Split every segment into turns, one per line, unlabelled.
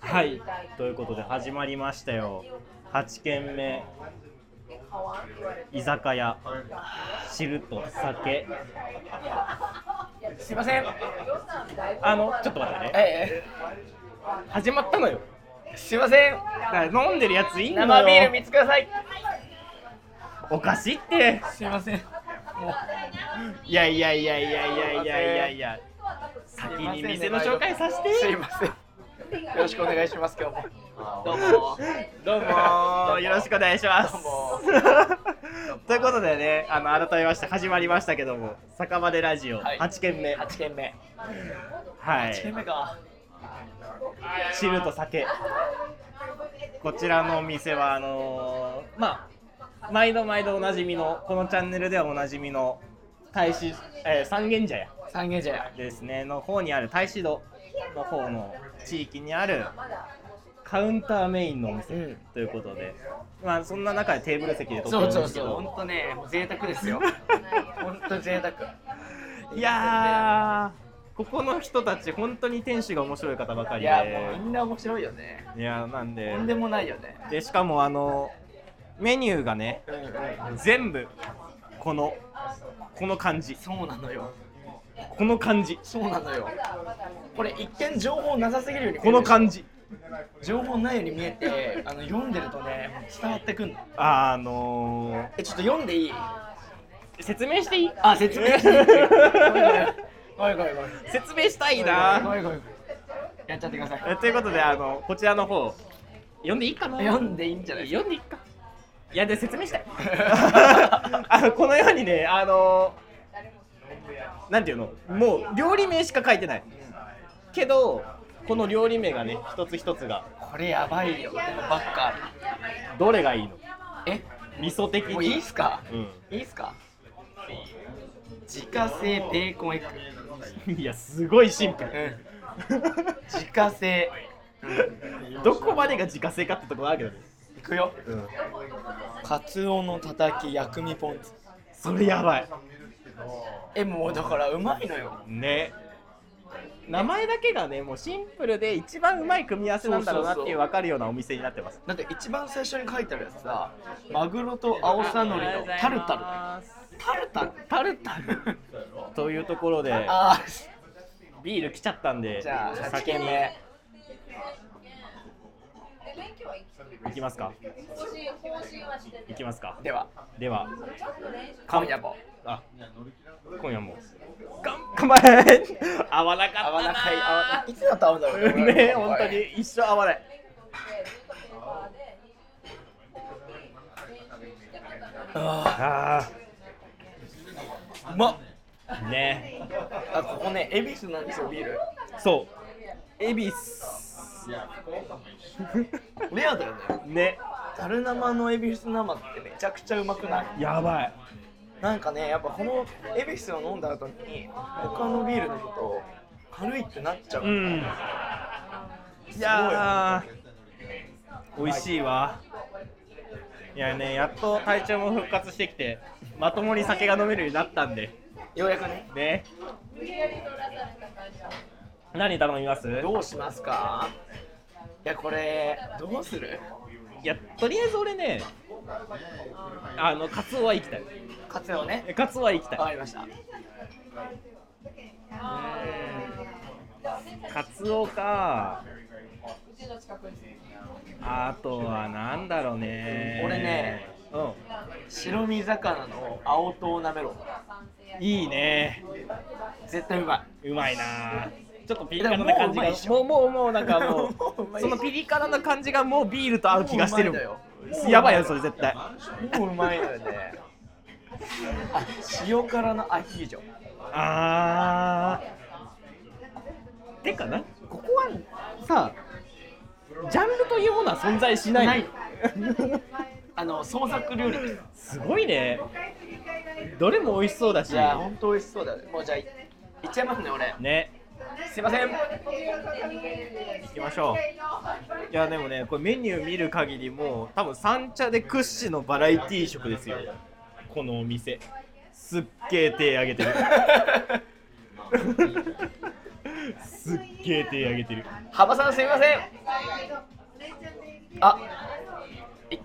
はい、ということで始まりましたよ。8軒目居酒屋汁と酒。
すいません。
あのちょっと待ってね。
ええ
始まったのよ。
すいません。
だから飲んでるやついいのよ。
生ビール三つください。
おかしいって。
すいません。
いやいやいやいやいやいやいやいや。先に店の紹介させて。
すいません。よろしくお願いします今日も。どうも。
どうもよろしくお願いします
どうも。
ということでね、あの改めまして始まりましたけども、酒場でラジオ
はい
8軒目、
八軒目。
は
八軒
い、
目か。
汁と酒。こちらのお店はあのーまあ毎度毎度おなじみのこのチャンネルではおなじみの大使、えー三軒茶屋
三軒茶屋。
ですねの方にある大使堂の方の地域にあるカウンターメインのお店
うん
ということで、まあそんな中でテーブル席で撮って
そ
るん
うそ
で
う
すけ
そう。
ど
本当ね、もう贅沢ですよ。 本当贅沢。
いやーここの人たち本当に店主が面白い方ばかり
い
で
やもうみんな面白いよね。
いやなんで
とんでもないよね。
でしかもあのメニューがね
うんうん。
全部このこの感じ
そうなのよ。
この感じ
そうなのよ。これ一見情報なさすぎるように見
こ
えるでしょ。
の感じ
情報ないように見えてあの読んでるとねもう伝わってくんの
あの
えちょっと読んでいい
ー、説明していい
あ説明していいごめんごめんごめんごめんごめんごめん
説明したい
ご
な
めんごめんやっちゃってくださ
え
い
ということであのこちらの方読んでいいかな
読んでいいんじゃないです
読んでいいかいやで説明したい あのこのようにねあのなんていうのもう料理名しか書いてないけどこの料理名がね一つ一つが
かこれやばいよでもばっか
どれがいいの
え
味噌的に
もういいっすか
う
いいっすか自家製ベーコンエッグ
ん、いやすごいシンプ ル
うん自家製
どこまでが自家製かってところあるけどね、
いくよカツオのたたき薬味ポン酢
それやばい
えもうだからうまいのよ
ね名前だけがねもうシンプルで一番うまい組み合わせなんだろうなっていう分かるようなお店になってます
なんか一番最初に書いてあるやつさマグロと青さのりのタルタルだよタルタルタルタル
というところで
あ
ビール来ちゃったんで
じゃあ
お
8
酒
軒
に
目
行きますか行きますか
では
では
今夜も
あ今夜も乾杯合わなかったな
合わなかい合わないいつだと合うんだろう
ね本当に一生合わない
あ
あ
ーうまっ
あね
あここね恵比寿なんですよビール
そう恵比寿
レアだよね
ね
樽生の恵比寿生ってめちゃくちゃうまくない
やばい
なんかねやっぱこの恵比寿を飲んだ後に他のビールのこと軽いってなっちゃう、
うんいやー美味しいわいやねやっと体調も復活してきてまともに酒が飲めるようになったんで
ようやくね
ね何頼みます
どうしますかいやこれどうする
いやとりあえず俺ねあのカツオは行きたい
カツオね
えカツオは行きたい
わかりました
カツオかあとはなんだろうね
俺ね白身魚の青唐なめろ
うんいいね
絶対うま
うまいなちょっとピリ辛な感じ
でももううまい
が
っしょ
もうもうもうなんか も
もうう
う
まいっ
そ
しょ
のピリ辛な感じがもうビールと合う気がしてる
もううまいんだよ
やばいよそれ絶対
いもううまいのよねあ 塩辛のアヒージョ
あーてかなここはさジャンルというものは存在しない
ないあの創作料理です
すごいねどれも美味しそうだし
いやほんと美味しそうだねもうじゃあいいっちゃいますね俺
ね
すいません
行きましょういやでもねこれメニュー見る限りもう多分三茶で屈指のバラエティー食ですよこのお店すっげえ手あげてるすっげえ手上げてる
幅さんすみませんあい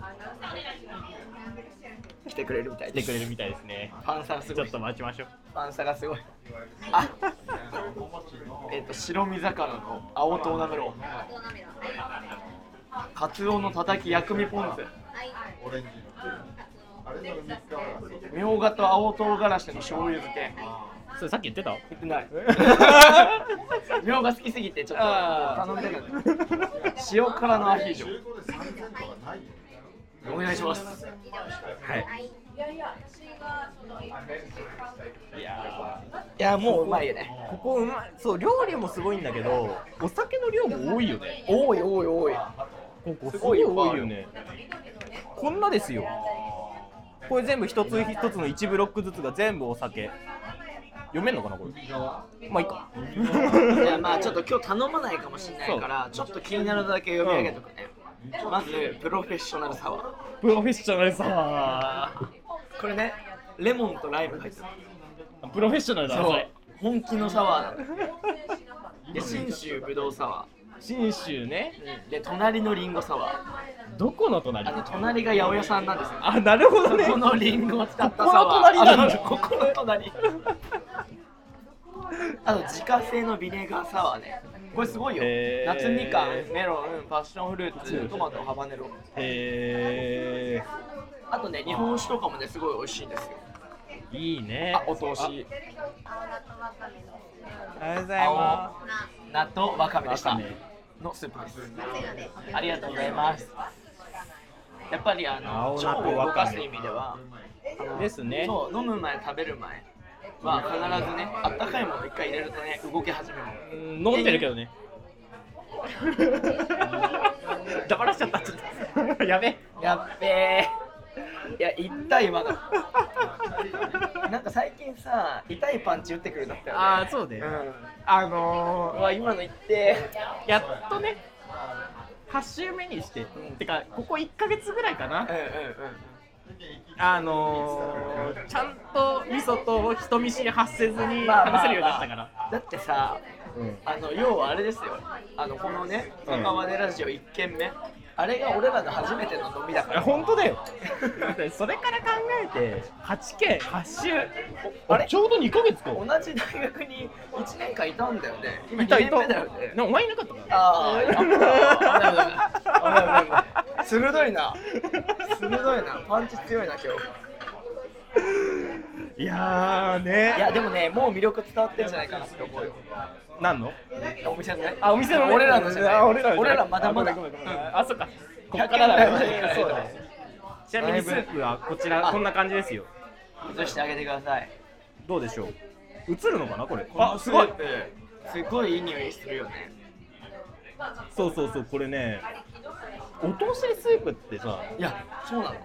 来てくれるみたい
来
で
て
す
くれるみたいですね
ファンサがす
ち
ご
ょ
い
っと待ちましょう
ファンサがすごいあえっと白身魚の青唐なめろうカツオのたたき薬味ポン酢みょうがと青唐辛子の醤油漬け
それさっき言ってた
言って ない
え
みょうが好きすぎてちょっと
あ
頼んでる塩辛のアヒージョお願いします
いや
いやもううまいよね
ーここうまいそう料理もすごいんだけどお酒の量も多いよね
多い多い多い
ここす
す
ご
ご
い
い
多いよねこんなですよこれ全部一つ一つの1ブロックずつが全部お酒読めんのかなこれまあいいか
いやまあちょっと今日頼まないかもしれないからちょっと気になるだけ読み上げとくね、まずプロフェッショナルサワー
プロフェッショナルサワ
これ ねレモンとライム入ってる
ープロフェッショナルだな
そ
そうれ
本気のサワーなので信州ぶどうサワ
信州ね
ーで隣のリンゴサワー
どこの隣
あの隣が八百屋さんなんですよ
あなるほどね
このリンゴを使っ
こ
たサ
この
ワー
隣なんだ
あここの隣あと自家製のビネガーサワーねこれすごいよ、
へー
夏みかんメロンパッションフルーツトマトハバネロ
へ
あとね日本酒とかもねすごい美味しいんですよ
えいいね
あお通し
ありがとうございま
青納豆わかめでした
わか
のスープですありがとうございますやっぱりあの
青納
腸
豆
を動
わかめ
かす意味では
すですね
そう飲む前食べる前は必ずねあったかいもの一回入れるとね動き始める
うん飲んでるけど ねだからしちゃったちょっとやべ え
やっべえいや痛いまだなんか最近さ痛いパンチ打ってくるんだったよね
ああそうね、
うん
あの
うわ今の言って
ー、やっとね8週目にして、
うん
てかここ1ヶ月ぐらいか
うん
な
うん
あのー、ちゃんと味噌と人見知り発せず
うん
に
まあまあまあ
話せるようになったから、
だってさあの要はあれですよあのこのね「
うん
赤羽ラジオ」1軒目あれが俺らの初めての飲みだか
いや
ら
本当だよ それから考えて8件8週
おあれ
ちょうど2ヶ月か
同じ大学に1年間いたんだよね今
いた
2
いた
年目だよね
なお前いなかったかな
あーやっぱ危ない危ない危ない危ない鋭いな鋭いなパンチ強いな今日
いやーね
いやでもねもう魅力伝わってんじゃないかなって思うよ
なんの
お店のね
あお店の
俺らのじゃない
あ俺らのじゃない
俺らまだまだ
あごめんごめんごめん
うん
あそっかこっからだよ
100
ね
回
そうだねちなみにスープはこちら
あ
こんな感じですよ
移してあげてください
どうでしょう映るのかなこれ
あすごいすごいいい匂いするよね
そうそうそうこれねお通しスープってさ
いやそうなの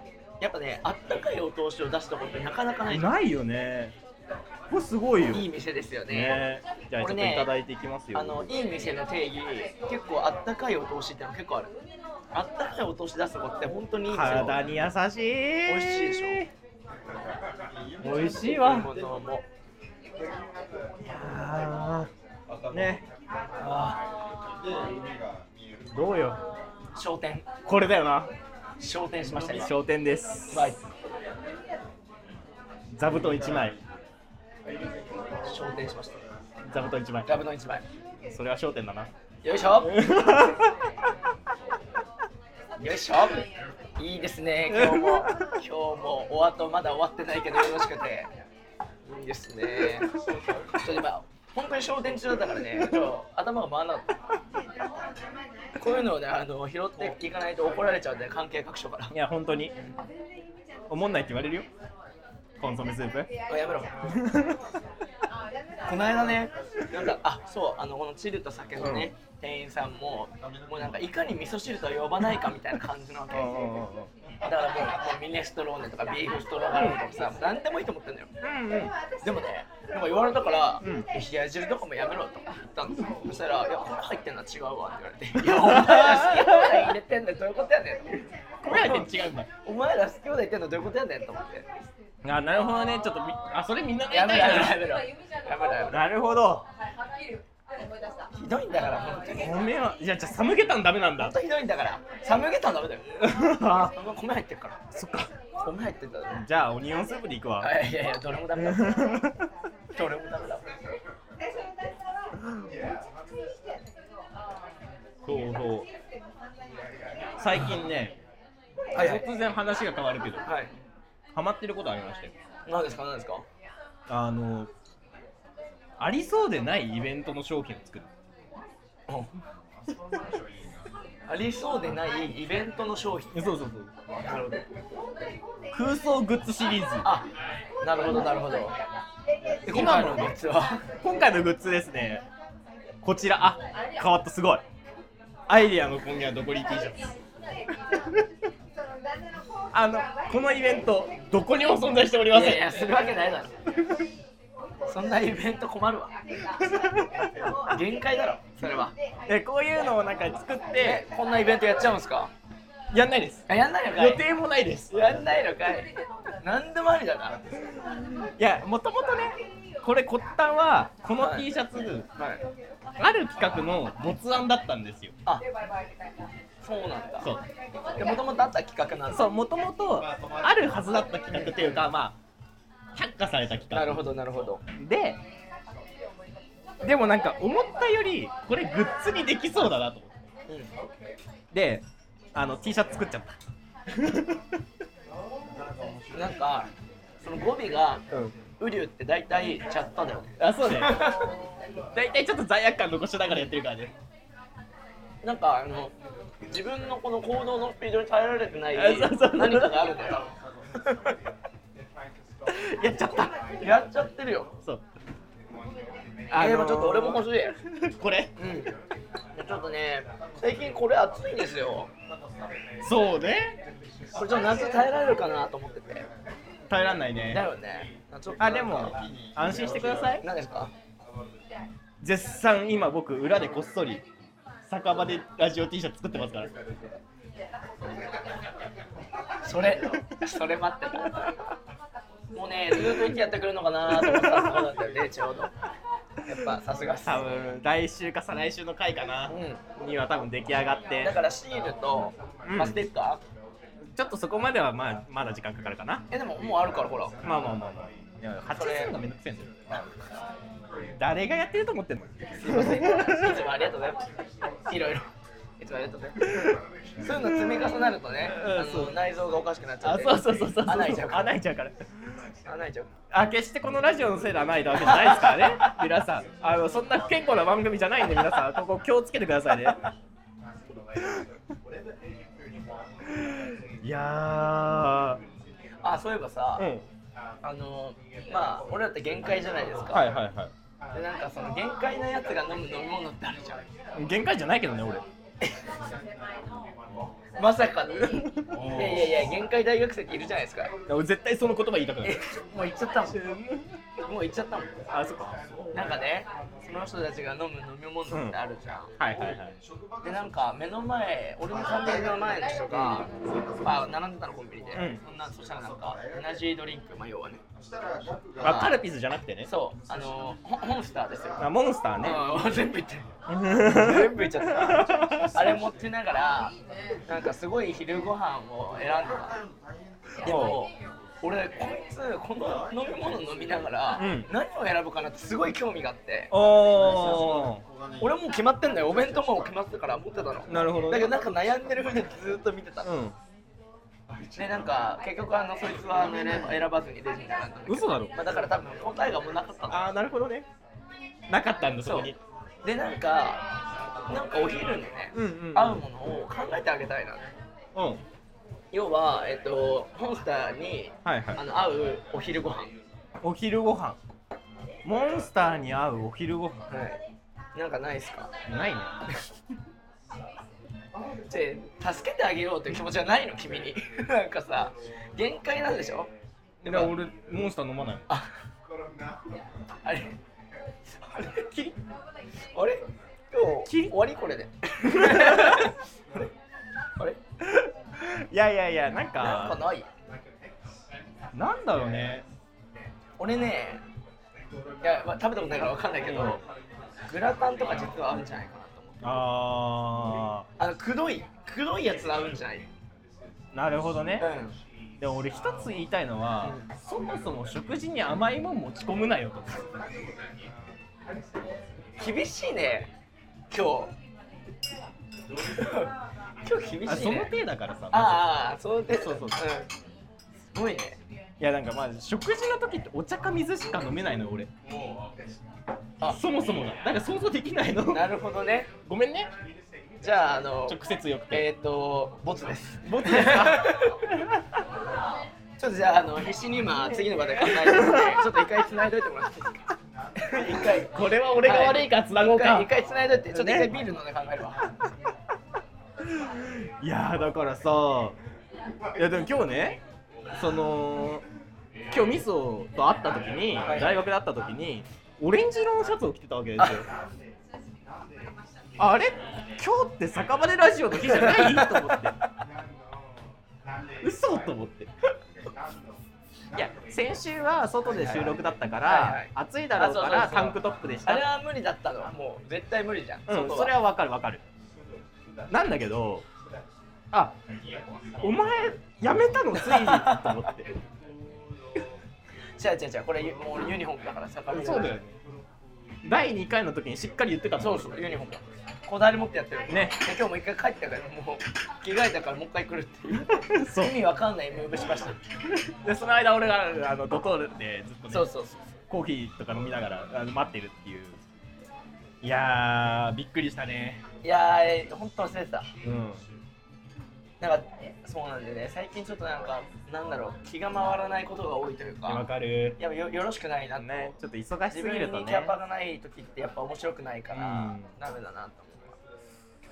やっぱねあったかいお通しを出したことってなかなかない
ないよねこれすごいよ
いい店ですよね
ねじゃあちょ
こ
っ
れ
と
ね
いただいていきますよ
あのいい店の定義結構あったかいお通しっての結構あるあったかいお通し出すとこって本当にいい店の
体に優しい美
美味しいでし
ょ美味しい
いい
わ
ものも
いやーねどうよ
商店
これだよな
商店しました今
商店です
バイ
座布団1枚
商店しました
座布団1枚
ラブの一枚
それは商店 だな
よいしょよいしょいいですね今 日も今日もお後まだ終わってないけどよろしくていいですねちょっと今本当に焦点中だったからねちょっと頭が回らなかったこういうのをねあの拾っていかないと怒られちゃうんで関係各所から
いや本当におもんないって言われるよコンソメスープ
あやめ ろこの間ねなんかあそうあのこのチルと酒のね、店員さんももうなんかいかに味噌汁とは呼ばないかみたいな感じなわけ
うんうんうん
だからもうもうミネストローネとかビーフストロガノフとかさ何でもいいと思ってんだよ
うんうん
でもねなんか言われたから、
うん
冷や汁とかもやめろとか言ったんですよそしたら「いやこれ入ってんのは違うわ」って言われて「いやお前ら好き放題入れてんだよどういうことやねん」
これはね違うんだ
お前ら好き放題言ってんのどういうことやねん」と思って
あなるほどねちょっとみあそれみんな
「
でや
やめ
め
ろ
ろ
やめろやめろやめろやめろ
なるほど
ひどいんだから本当に
ごめんはいやじゃあサムゲタンダメなんだ
本当ひどいんだからサムゲタンダメだよ
あ
その米入ってるから
そっか
米入ってたらね
じゃあオニオンスープでいくわ、
あいやいやどれもダメだどれもダメだ
そうそう最近ね、
はいはい
突然話が変わるけど
はい
ハマってることありましたよ
何ですか何ですか
あのありそうでないイベントの商品を作る
ありそうでないイベントの商品
そうそうそう
なるほど
空想グッズシリーズ
あなるほどなるほどで
今
今回
の
のグッズは
今回のグッズですねこちらあ変わったすごいアイディアの根源はどこに T シャツ あのこのイベントどこにも存在しておりま
い
せん
やいやするわけないだろそんなイベント困るわ限界だろそれは
えこういうのをなんか作って
えこんなイベントやっちゃうんですか
やんないです
あやんないのかい
予定もないですい
やんないのかい何でもありだな
やもともとねこれ発端はこの
はい
T シャツ、
はい
ある企画の発案だったんですよ
あそうなんだ
そう
でもともとあった企画なんだ
そうもともとあるはずだった企画っていうかまあ却下された企画
なるほどなるほど
ででもなんか思ったよりこれグッズにできそうだなと思って
うん
であの T シャツ作っちゃっ
なんかその語尾が
た、うん、
「ウリュウ」って大体「チャット」だよね
あそうね大体ちょっと罪悪感残しながらやってるからね
なんかあの自分のこの行動のスピードに耐えられてない
あそうそう
何かがあるんだよ
やっちゃった
やっちゃってるよ
そう
あでもちょっと俺も欲しい
いこれ
うんちょっとね最近これ暑いんですよ
そうね
これちょっと夏耐えられるかなと思ってて
耐えらんない
だ
ね
よね夏
あでも安心してください
何ですか
絶賛今僕裏でこっそり酒場でラジオ T シャツ作ってますから
それそれ待ってたもうねずっと息やってくるのかなと思ったらそうなんだよねちょうどやっぱさすがっ す
多分来週か再来週の回かな
うん
には多分出来上がって
だからシールと、
うん
まあ、ステッカ
ちょっとそこまではまあまだ時間かかるかな
ーえでももうあるからほら
まあまあまあまあいや発注するのめんどくせえんだよ誰がやってると思ってんの
すいませんいつもありがとうございますいろいろいつもありがとうございますそういうの積み重なるとね
うん
あ
そ
の
う
内臓がおかしくなっちゃ
あ
って
そうそうそうそう
穴開いちゃうから
穴開いちゃうから
穴開いちゃう
あ決してこのラジオのせいで穴開いたわけじゃないですから ね皆さんあのそんな不健康な番組じゃないんで皆さんここ気をつけてくださいねいや
あそういえばさ、
ーうん
あのまあ俺らって限界じゃないですか、
はいはいは
でなんかその限界なやつが飲む飲み物ってあるじゃん
い限界じゃないけどね俺
まさかのいやいやいや限界大学生っているじゃないですか
俺絶対その言葉言いたくな
え
る
もう行っちゃったもんもう行っちゃったもん
あそっか
なんかねその人たちが飲む飲み物ってあるじゃん、
はいはいはい
でなんか目の前俺の3年目の前の人が、まあ、並んでたのコンビニで、
うん
そんなそしたらなんかエナジードリンクまあ要はね
あカルピスじゃなくてね
そうあのホホンスターですよ、
あモンスターね
うん全部いってる全部いっちゃった あれ持ってながらなんかすごい昼ご飯を選んでたでも俺こいつこの飲み物飲みながら、
うん
何を選ぶかなってすごい興味があって
お
俺もう決まってんだよお弁当も決まってたから持ってたの
ーなるほど
だ
ね
けどなんか悩んでるふうにずっと見てた、
うん
でなんか結局あのそいつはあの選ば選ばずにレジに並んだんだけど
嘘だろ
まあ、だから多分答えがもうなかったんだ
ああなるほどねなかったんだそこに
でなんかなんかお昼にね、
うんうんうん
合うものを考えてあげたいな
うんはい
要はえっとモンスターに
はい
あの合うお昼ご飯は
お昼ご飯モンスターに合うお昼ご飯
いなんかないですか
ないね
で助けてあげようという気持ちはないの君に なんかさ限界なんでしょ
でも俺モンスター飲まない
ああれあれ
キリ
あれ今
キ
日
リ
終わりこれであれ
いやいやいやなん
なんか
か
ない
なんだろうね
俺ねいや、まあ、食べたことないからわかんないけど、グラタンとか実は合うんじゃないかなと思って
あ
あの黒い黒いやつ合うんじゃない
ーなるほどね
うん
でも俺一つ言いたいのは
うん
そもそも食事に甘いもん持ち込むなよと
厳しいね今 日今日厳
あ
しい
その
ね
手だからさ
ああそうです
そうそうそ
うん、すごいね
いやなんかまあ食事の時ってお茶か水しか飲めないのよ俺
あ
そもそもがなんか想像できないの
なるほどね
ごめんね
じゃああの
直接よくて
えっ、ー、とボツです
ボツですか
ちょっとじゃああの必死に今次の場で考えてる のでちょっと一回繋いどいてもらっていいですか一回
これは俺が悪いからつなごうか、
一回一回繋いどいてちょっと一回
ね
ビール飲んで考えるわ、
いやーだからさいやでも今日ねその今日ミソと会った時に
はい
大学で会った時にオレンジ色のシャツを着てたわけですよ
あ
あれ今日って酒場でラジオの日じゃないと思って嘘と思っていや先週は外で収録だったから、
はいはい
暑いだろうか
あ
ら
そうそうそ
タ
う
ンクトップでし
あれ
た
は無理だったのもう絶対無理じゃん、
うん
外
それはわかるわかるなんだけどあお前やめたのついにと思って
違う違う違うこれユもうユニフォームだからさ
そうだよね第2回の時にしっかり言ってたも
そ
ん
うそうユニフォームだこだわり持ってやってる
ね
で今日もう一回帰ったからもう着替えたからもう一回来るってい う
そう
意味わかんないムーブしました
でその間俺があのドトールでずっとね
そうそうそう
コーヒーとか飲みながらあの待ってるっていういやーびっくりしたね
いやー、えー、本当忘れてた
うん
なんかそうなんでね最近ちょっとなんかなんだろう気が回らないことが多いという
わ
か
かる
やっぱよよろしくないなって、
ねちょっと忙し
自
すぎる
分
と
にキ
ね
ャパがない時ってやっぱ面白くないから、
うん
ダメだなと思う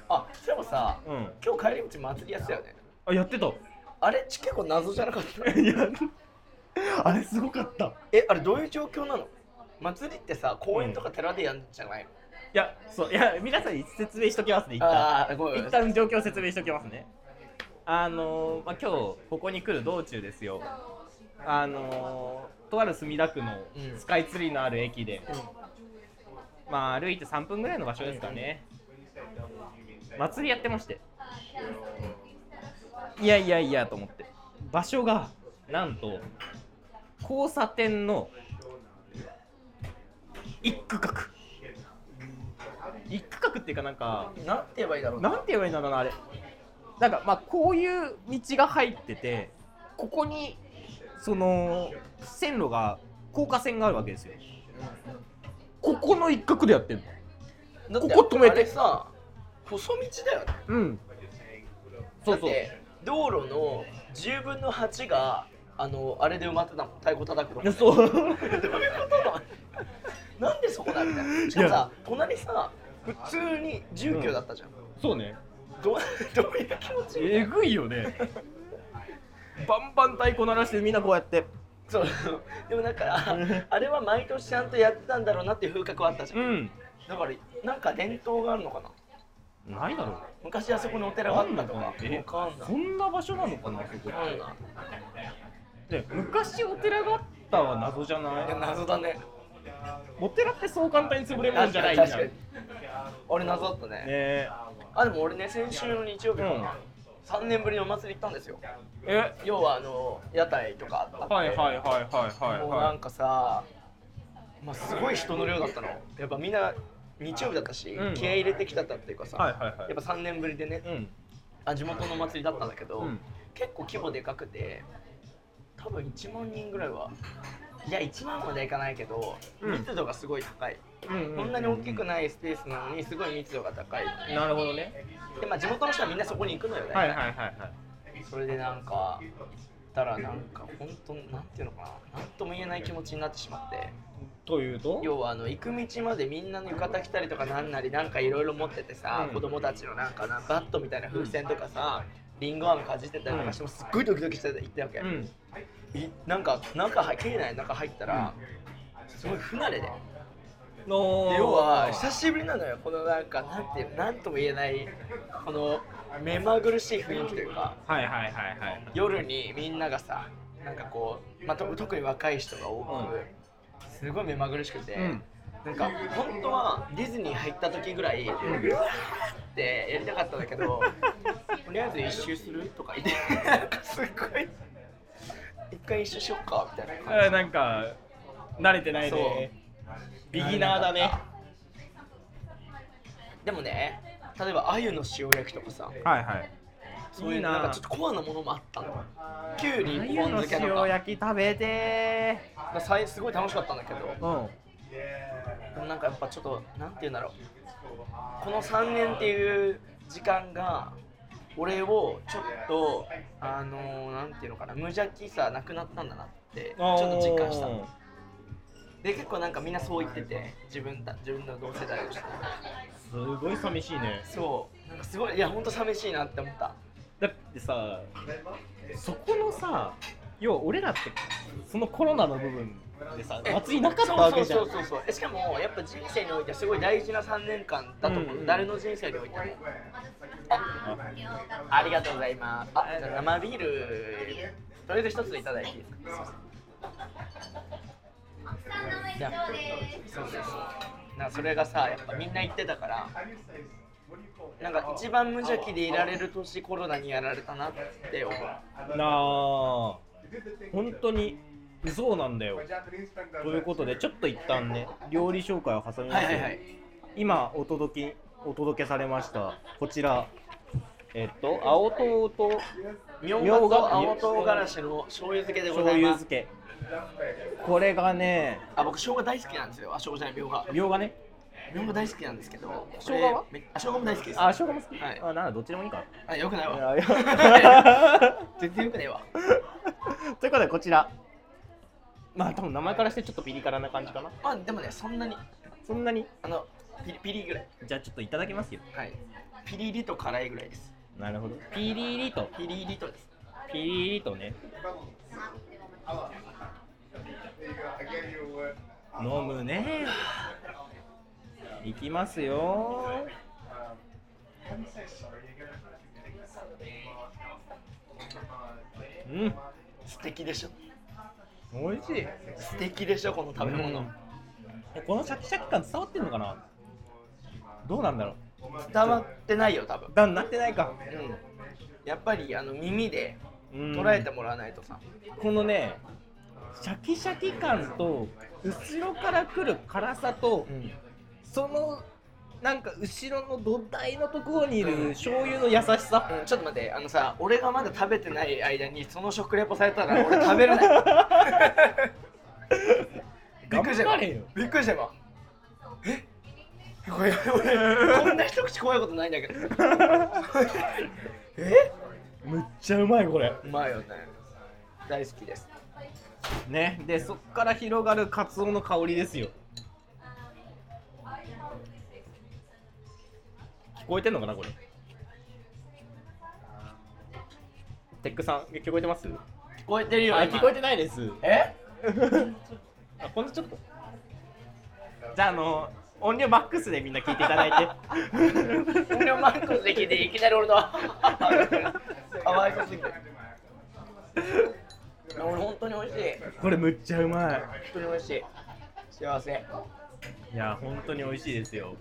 あでもさ
うん
今日帰り道祭りやつだよね
あやってた
あれ結構謎じゃなかった
いや あれすごかったい
えあれどういう状況なの祭りってさ公園とか寺でやんじゃないの、
やそういや皆さんに説明しときますね一旦
ああごめん
一旦状況を説明しておきますねあのーまあ、今日ここに来る道中ですよあのーとある墨田区の
うん
スカイツリーのある駅で、
う
まあ歩いて3分ぐらいの場所ですかね祭りやってましていやいやいやと思って場所がなんと交差点の一区画一区画っていうかなんか
ん、なんて言えばいいだろう
なんて言えばいいんだろうなあれなんかまあこういう道が入っててここにその線路が高架線があるわけですよここの一角でやってんの
だって
ここ止めて
あれさ細道だよね
うんそうそう
だって道路の10分の8があのあれで埋まってたもん太鼓叩くの
いやそう
どういうことなの なんでそこだみたいなしかもさ隣さ普通に住居だったじゃん、
そうね
どう どういう気持ち
えぐいよねバンバン太鼓鳴らしてみんなこうやって
そうでもな んかあれは毎年ちゃんとやってたんだろうなっていう風格はあったじゃん、
うん
だからなんか伝統があるのかな
ないだろう
昔あそこにお寺があったとかわかんない
えそんな場所なのかなそこ
わかんない
で昔お寺があったは謎じゃない
いや謎だね
お寺ってそう簡単に潰れるもんじゃないじゃん
確かに俺謎だったね
ね
あでも俺ね先週の日曜日か
うん
な、3年ぶりのお祭り行ったんですよ
え
要はあの屋台とかあって
はいはいはいはいはい
もうな
は
んかさ、まあ、すごい人の量だったのやっぱみんな日曜日だったし、
うん
気合い入れてきたったっていうかさ、
いはいはいは
やっぱ3年ぶりでね
いうん
あ地元のお祭りだったんだけど、
うん
結構規模でかくて多分1万人ぐらいはいや1万まではいかないけど
うん
密度がすごい高い、
うん
こんなに大きく
い
ないスペースなのにすごい密度が高い
なるほどね
で、まあ、地元の人はみんなそこに行くのよね、
はいはいはいはい
それでなんか行ったらなんか本当なんていうのかななんとも言えない気持ちになってしまって
というと
要はあの行く道までみんなの浴衣着たりとかなんなりなんかいろいろ持っててさ、
うん
子供たちのなんかなバットみたいな風船とかさ、リンゴ飴かじってたりなんかしてもすっごいドキドキして行ったわけ、
うん
いなんか中入境内の中入ったら、すごい不慣れで
の
要は久しぶりなのよこのなんかなんていうなんとも言えないこの目まぐるしい雰囲気というか
はいはいはいはい
夜にみんながさ なんかこう、まあ、と特に若い人が多く、すごい目まぐるしくて、
うん
なんか本当はディズニー入った時ぐらい、うわーってやりたかったんだけど、とりあえず一周するとか言って、なんかすごい、一回一周しよっかみたいな感じ。
あなんか慣れてないねビギナーだね
でもね、例えば鮎の塩焼きとかさ、
はいはい
そういうなんかちょっとコアなものもあったの。きゅうり一
鮎
本
の
漬けと
塩
か、
焼き食べて
まあさいすごい楽しかったんだけど、
ーうん
でもなんかやっぱちょっと、なんて言うんだろう、この3年っていう時間が、俺をちょっと、あのー、なんていうのかな、無邪気さなくなったんだなって、ちょっと実感したの。で、結構なんかみんなそう言ってて、自分た自分の同世代として。
すごい寂しいね
そう、なんかすごい、いや、ほんと寂しいなって思った。
だってさそこのさ要は俺らってそのコロナの部分でさ祭りなかったわけじゃん
そうそうそうそうえしかもやっぱ人生においてはすごい大事な3年間だと思う、
うんうん
誰の人生においてもあありがとうございますあじゃあ生ビールとりあえず一ついただいていいですかいやそうそうそうなんかそれがさやっぱみんな言ってたからなんか一番無邪気でいられる年コロナにやられたなって思う
なあ本当にそうなんだよということでちょっと一旦ね料理紹介を挟みま
は
す
いはいはい
今お届けお届けされましたこちらえっと青唐と
みょ
うが
うがと青唐辛子の醤油漬けでご
醤
ざい
油
ます
漬けこれがね
あ僕生姜大好きなんですよあ生姜じゃないみょうが
みょうがね
日本語大好きなんですけど、これ
生姜は
めあ生姜も大好きです。
あ生姜も好き、
はい
あなんだどっちでもいいか
あ、よくない
い
わ。
や いや
全然よくな いわ。
ということでこちらまあ多分名前からしてちょっとピリ辛な感じかな
まあ、でもね、そんなに、
そんなに
あの、ピリピリぐらい。
じゃあちょっといただきますよ
はい。ピリリと辛いぐらいです。
なるほどピリリと
ピリリとです。
ピリリとね飲むねいきますようん
素敵でしょ。
美味しい
素敵でしょ、この食べ物。
うんこのシャキシャキ感伝わってるのかなどうなんだろ
伝わってないよ、多分
う。だなってないか
うん。やっぱり、あの、耳で
捉
捉
え
えて
た
もらわないとさ。
このねシャキシャキ感と後ろから来る辛さと
うん。
そのなんか後ろの土台のところにいる醤油の優しさ
うん、ちょっと待って、あのさ、俺がまだ食べてない間に、その食レポされたら、俺食べ れない。びっくりした
頑張れよ
びっくりした今 えこれ俺こんな一口怖いことないんだ けど え
むっちゃうまいこれ
うまいよね大好きです
ねでそっから広がるカツオの香りですよ聞こえてんのかなこれテックさん聞こえてますあ
聞こえてるよ今
聞こえてないです
え
あこんなちょっとじゃああの音量マックスでみんな聞いていただいて
俺のマックスで聞いていきなり俺 のかわいそうすぎて俺本当に美味し い
これむっちゃうまい
本当に美味しい幸せ
いや本当に美味しいですよ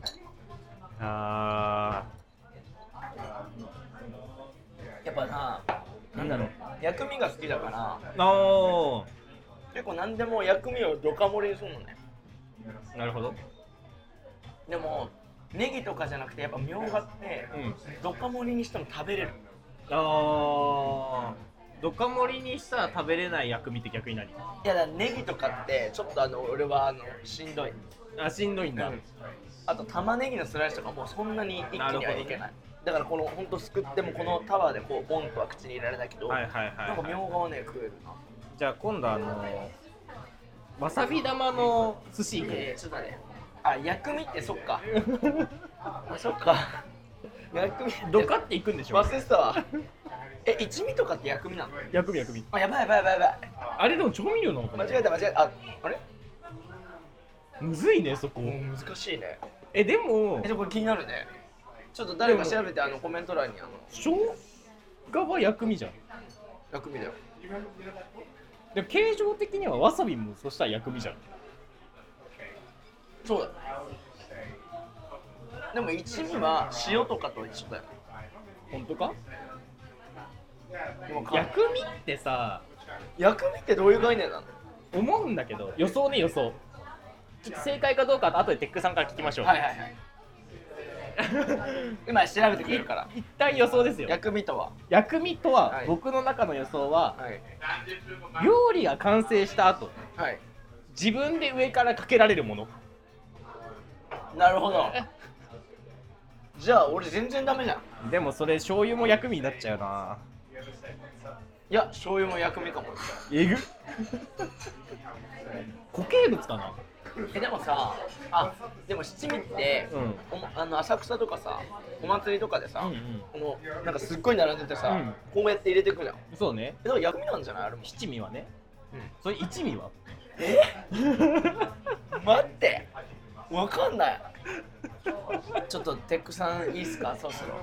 あ
やっぱな
ーなんだろう
薬味が好きだから
あ
結構何でも薬味をドカ盛りにするのね
ーなるほど
でもネギとかじゃなくてやっぱみょうがって
うん
どか盛りにしても食べれる
あードカ盛りにしたら食べれない薬味って逆に何
いやだからネギとかってちょっとあの俺はあのしんどい、
あしんどいんだ、
あと玉ねぎのスライスとかもうそんなに一気にはい
なる
けな
ほ
い
どね
だからこのほんとすくってもこのタワーでこうボンとは口に入れられないけど、
はいはい
なんか
は
み
い
ょうがはね食えるな
じゃあ今度あのわさび玉の寿司行く
えー、ちょっと待ってあ薬味ってそっかあそっか薬味
ドカっていくんでしょ
忘れてたわえ一味とかって薬味なの
薬味薬味
あやばいやばいやばいや
あれでも調味料なのか
ば
ない
間違えた間違えたああれ
むずいねそこ
もう難しいね
えでも
えでもこれ気になるねちょっと誰か調べてあのコメント欄にあの
生姜は薬味じゃん
薬味だよ
でも形状的にはわさびもそしたら薬味じゃん
そうだでも一味は塩とかと一緒だよ
本当か
でもか
薬味ってさ
薬味ってどういう概念なの
思うんだけど予想ね予想ちょっと正解かどうか後でテックさんから聞きましょう、
はいはいはい今調べてくれるから
一旦予想ですよ
薬味とは
薬味とは
はい
僕の中の予想は、
はい
料理が完成した後
はい
自分で上からかけられるもの
なるほどじゃあ俺全然ダメじゃんい
でもそれ醤油も薬味になっちゃうな
や醤油も薬味かも
えぐ 固形物かな
えでもさあでも七味って、
うん
おもあの浅草とかさお祭りとかでさ、
うんうん
このなんかすっごい並んでてさ、
うん
こうやって入れてくじゃんえ
そうね
だから薬味なんじゃないあれも
七味はね
うん
それ一味は
え待ってわかんないちょっとテックさんいいっすかそろそろ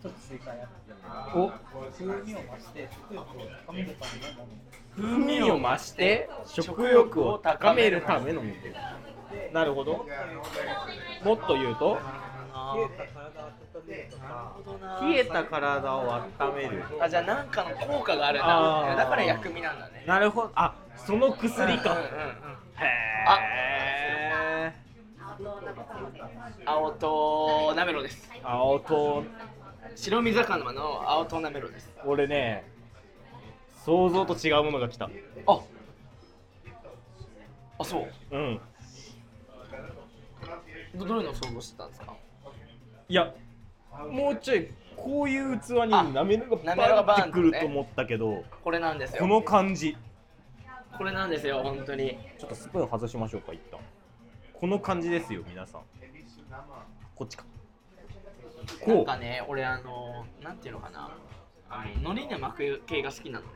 一つ正解あって
お
風味を増して食欲を高めるためのもの
風味を増して食欲を高めるためのものなるほどもっと言うと
冷えた体を温めると
冷えた体を
か
温める
あじゃあなんかの効果があるん
あー
だだから薬味なんだね
なるほどあその薬か、
うんうんうん
へえ
青となめろです
青と
白身魚の青となめろです
俺ね想像と違うものが来た
ああそう
うん
どどういうのを想像してたんですか
いやもうちょいこういう器に
あ
なめろが
なめろ
バ
がバ
ーン
ー
って
ンとね
くると思ったけど、
これなんですよ
この感じ
これなんですよ本当に
ちょっとスプーン外しましょうか一旦この感じですよ皆さんこっちか
な
こ
んかね俺あのなんていうのかなあの海苔で巻く系が好きなのね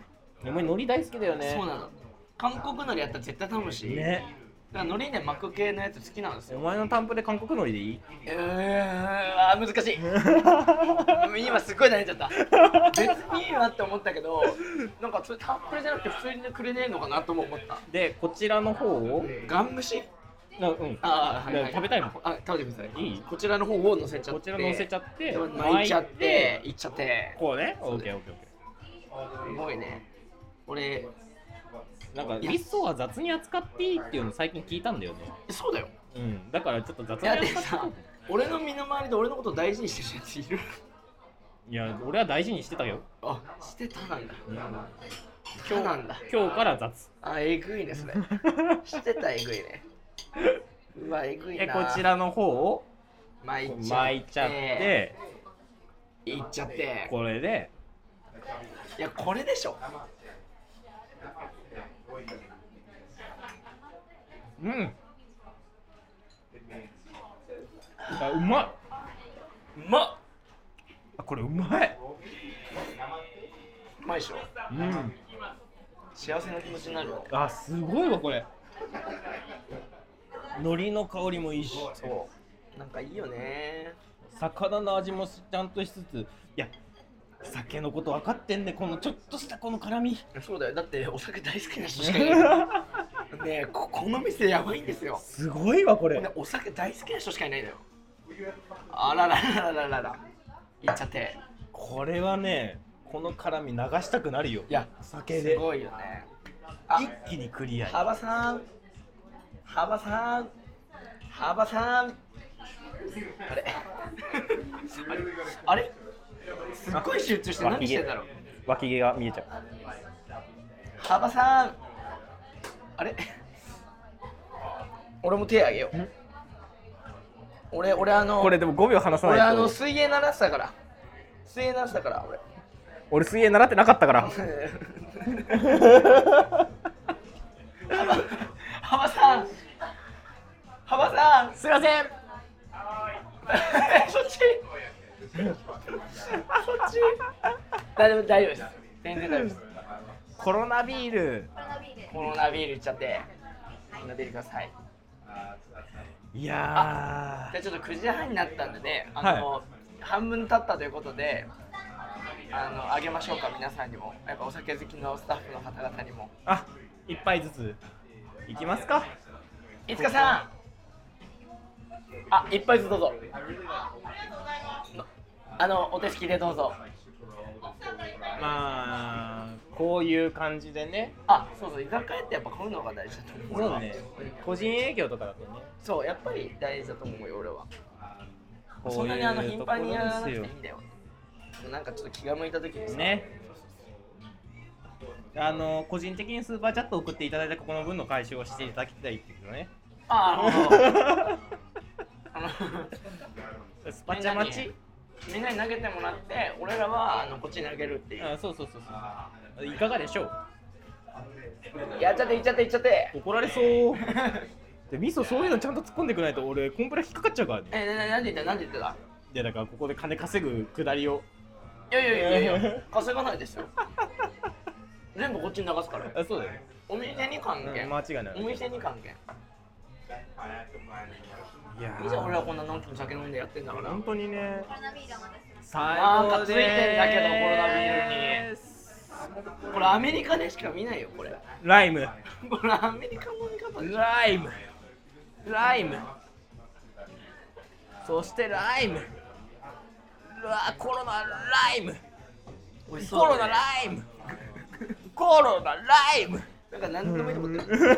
うお前海苔大好きだよね
そうなの韓国海苔やったら絶対頼むし、
ね
だから海苔で巻く系のやつ好きなんです
お
よ
前のタンプで韓国海苔でいい
うーんあー難しい今すっごい悩んじゃった別にいいなって思ったけどなんかそれたっぷりじゃなくて普通にくれねえのかなとも思った
でこちらの方を
ガン虫
なうん
あー、はいは
ね食べたいもん
あ食べてくださ
い
い
い
こちらの方を乗せちゃって
こちら乗せちゃって
巻いちゃっていっちゃって
こうねオ
そう
ッケ
で
ー
す
オッケーオッケ
すごいね俺
ーなんか味噌は雑に扱っていいっていうの最近聞いたんだよね
そうだよ
うんだからちょっと雑
い
に
やで
扱
も
って
さ俺の身の回りで俺のこと大事にしてるやついる
いや俺は大事にしてたよ
あしてたなんだ
うん
今日なんだ
今日から雑
あえぐいねそれしてたえぐいねうわえぐ い
で
な
こちらの方を
巻いちゃって
巻いちゃって
いっちゃって
これで
いやこれでしょ
うんあうまいう
まっ
あこれうまいう
まいでしょ
うん
幸せな気持ちになるよ
あすごいわこれ海苔の香りもいいし
そうなんかいいよね
魚の味もしちゃんとしつついや酒のこと分かってんねこのちょっとしたこの辛 み
そうだよだってお酒大好きな人しか いないねえここの店やばいんですよ
すごいわこれ
ねお酒大好きな人しかいないのよあらららららららいっちゃって
これはねこの辛み流したくなるよ
いや
酒
す
で
ごいよねあ
一気にクリアに
幅さん幅さん幅さんあれあれあれすっごい集中して何してんだろう
脇毛が見えちゃう
幅さんあれ俺も手あげようん俺俺あの
これでも5秒離さ
俺
な
あ
い
の
と
水泳習ってたから水泳習ってたから俺
俺水泳習ってなかったから
幅幅さん幅さん
すいません
そっちあそっち大丈夫大丈夫です全然大丈夫です
コロナビール
コロナビールいっちゃってコロナビールください
いや
じゃあちょっと9時半になったんでねあの、半分経ったということであのあげましょうか皆さんにもやっぱお酒好きのスタッフの方々にも
ーあ一杯ずついきますか
いつかさんあ一杯ずつどうぞあのお手すきでどうぞ
まあこういう感じでね
あそうそう居酒屋ってやっぱこういうのが大事だと思う
そうね個人営業とかだとね
そうやっぱり大事だと思うよ俺は
こういう
そんなにあの
とこ
頻繁にやらなくていい
ですよ
んだよなんかちょっと気が向いた時にさ
ねあの個人的にスーパーチャット送っていただいたここの分の回収をしていただきたいっていうね
あああの
スパチャ待ち
みんなに投げてもらって俺らはあのこっちに投げるっていう
あそうそうそうそういかがでしょう
やっちゃっていっちゃっていっちゃって
怒られそうでミソそういうのちゃんと突っ込んでくれないと俺コンプラ引っかかっちゃうからね
えなななんで言ったなんで言った
いやだからここで金稼ぐくだりを
いやいやいやいや稼がないですよ全部こっちに流すから
あそうだよね、
お店に還
うん、
元、
間違いない
お店に還元
いや
いいじゃん俺はこんなのんきに酒飲んでやってんだから
本当にね
コロナビールお待たせしました。
最
なん
高
か
で
ついてんだけどコロナビール
ー
これアメリカでしか見ないよこれ
にライム
これアメリカの見方でしょ
ライムライムそしてライムうわコロナライム
美味しそう
コロナ
だね
ライムコロナライム
なんか何でもいいと思ってる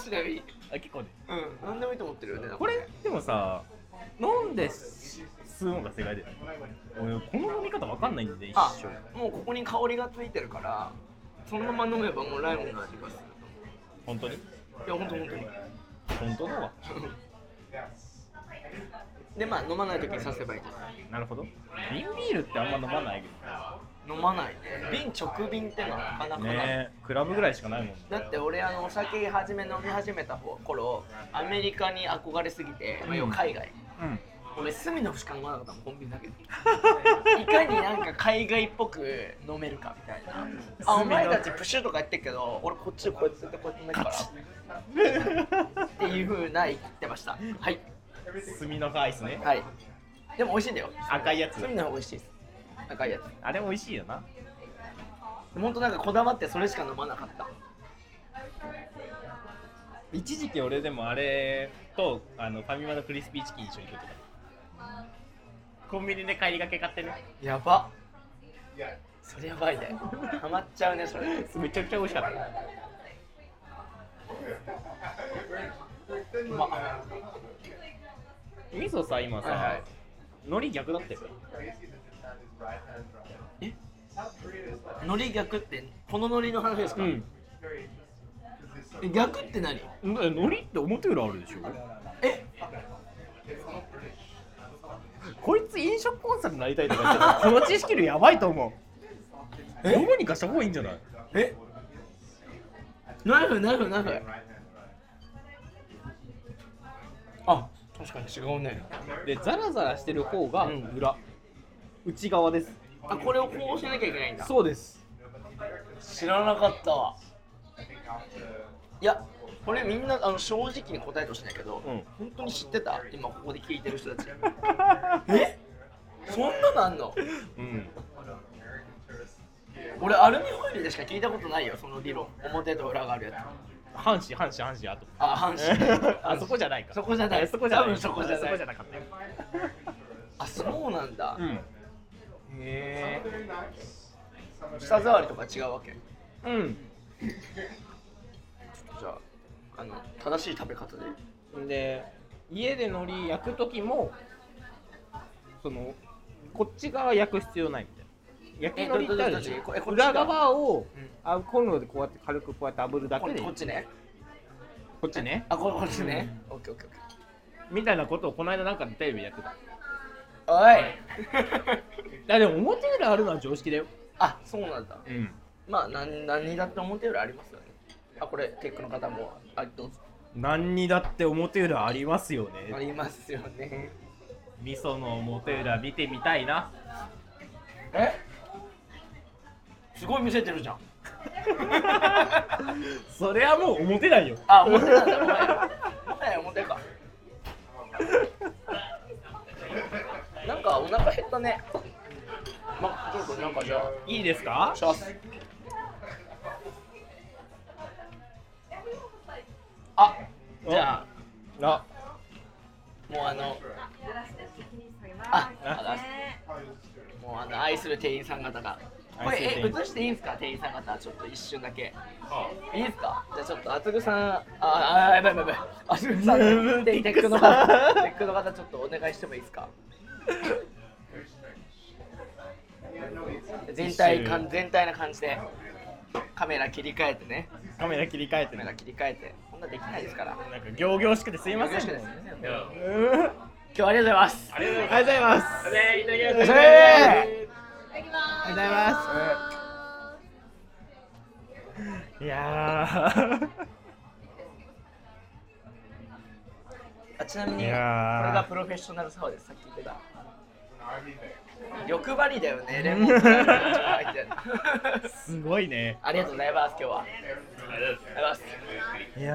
ちなみに
あ結構ね
うん何でもいいと思ってるよね
これでもさ飲んで吸うのが正解だよ俺この飲み方わかんないんで一
あ
生
もうここに香りがついてるからそのまま飲めばもうライムの味がする
本当に
いやほんとほんとに
本当だわ
でまあ飲まない時に刺せばいいです
なるほど瓶ビールってあんま飲まないけ
飲まないね瓶直瓶ってのはなかなか
ど
ない、
ねえクラブぐらいしかないもん
だって俺あのお酒始め飲み始めた頃アメリカに憧れすぎて、まあ、要は海外
うん
俺隅のしか飲まなかったもんコンビニだけでいかになんか海外っぽく飲めるかみたいなあお前たちプシュとかやってるけど俺こっちでこうやってやってこうやって飲めるからっていうふうな言ってましたはい
炭のアイスね
はいでも美味しいんだよ
赤いやつ
隅の方が美味しいです赤いやつ
あれ美味しいよな
ほんとなんかこだわってそれしか飲まなかった
一時期俺でもあれとあのファミマのクリスピーチキン一緒に食ってたコンビニで帰りがけ買ってね
やばそれやばいねハマっちゃうねそれ
めちゃくちゃ美味しかった
うまっ
みそさ今さ、
はいはい
海苔逆だったよ
海苔逆ってこの海苔の話ですか、
うん
え逆って何
海苔って表裏あるでしょ
え
こいつ飲食コンサルになりたいとか言ってたら この知識量やばいと思うどうにかした方がいいんじゃない
えナイフナイフナイフあ確かに違うね
でザラザラしてる方が
うん
裏、内側です
あこれをこうしなきゃいけないんだ
そうです
知らなかったわいやこれみんなあの正直に答えてほしいんだけど、
うん
本当に知ってた今ここで聞いてる人たちえそんなのあんの
うん
俺アルミホイルでしか聞いたことないよその理論表と裏があるやつ
半紙半紙半紙あと
あ半紙
あそこじゃないか
そこじゃない
そこじゃない
多分そこじゃない
そこじゃなかったよ
あそうなんだ、
うん
へえ舌触りとか違うわけじゃああの正しい食べ方で
うんで家で海苔焼く時もそのこっち側焼く必要ないみたいな焼き海苔ってあるでし
えどどどどっちこえ
ょ
こっち側
裏側を
うん
あコンロでこうやって軽くこうやって炙るだ
こ
け
れ
で
こっちね
こっちね
あこれこっちね、オッケーオッケーオッケー
みたいなことをこの間なんかテレビでやってたい
おい
やでも表裏あるのは常識だよ
あそうなんだ
うん
まあ何何にだって表裏ありますよねあこれテックの方もあどうぞ
何にだって表裏ありますよ
あ
ね
りますよね
味噌の表裏見てみたいな
えすごい見せてるじゃん
それはもう表ないよ
あ表なんだもはやもはや表かなんかお腹減ったねまちょっとなんかじゃあ
いいですか
しますあじゃあ
あ
もうあの
あ、
あもうあの愛する店員さん方がこ
愛する
れ
店
え
員
映していいんですか店員さん方ちょっと一瞬だけいいですかじゃあちょっと厚ぐさんあああやばいやばいやばい厚ぐさんテテックの方テックの方ちょっとお願いしてもいいですか全体感全体な感じでカメラ切り替えてね
カメラ切り替えて
カメ
ね
ラ切り替えてこんなできないですから
なんか行々しくてすいません
よろしくです
いや
うんあ
今日はありがとうございます
ありがとうご
りがとう
ざい
ございます
ます。
え
ありがとうござい
いやー
あちなみ
い
にこれ
やー
がプロフェッショナルサワーですさっき言ってた欲張りだよねレモンとライムが一番入ってる
すごいね
ありがとうございます今日はあり
ありがとうございます
がとうございます
いや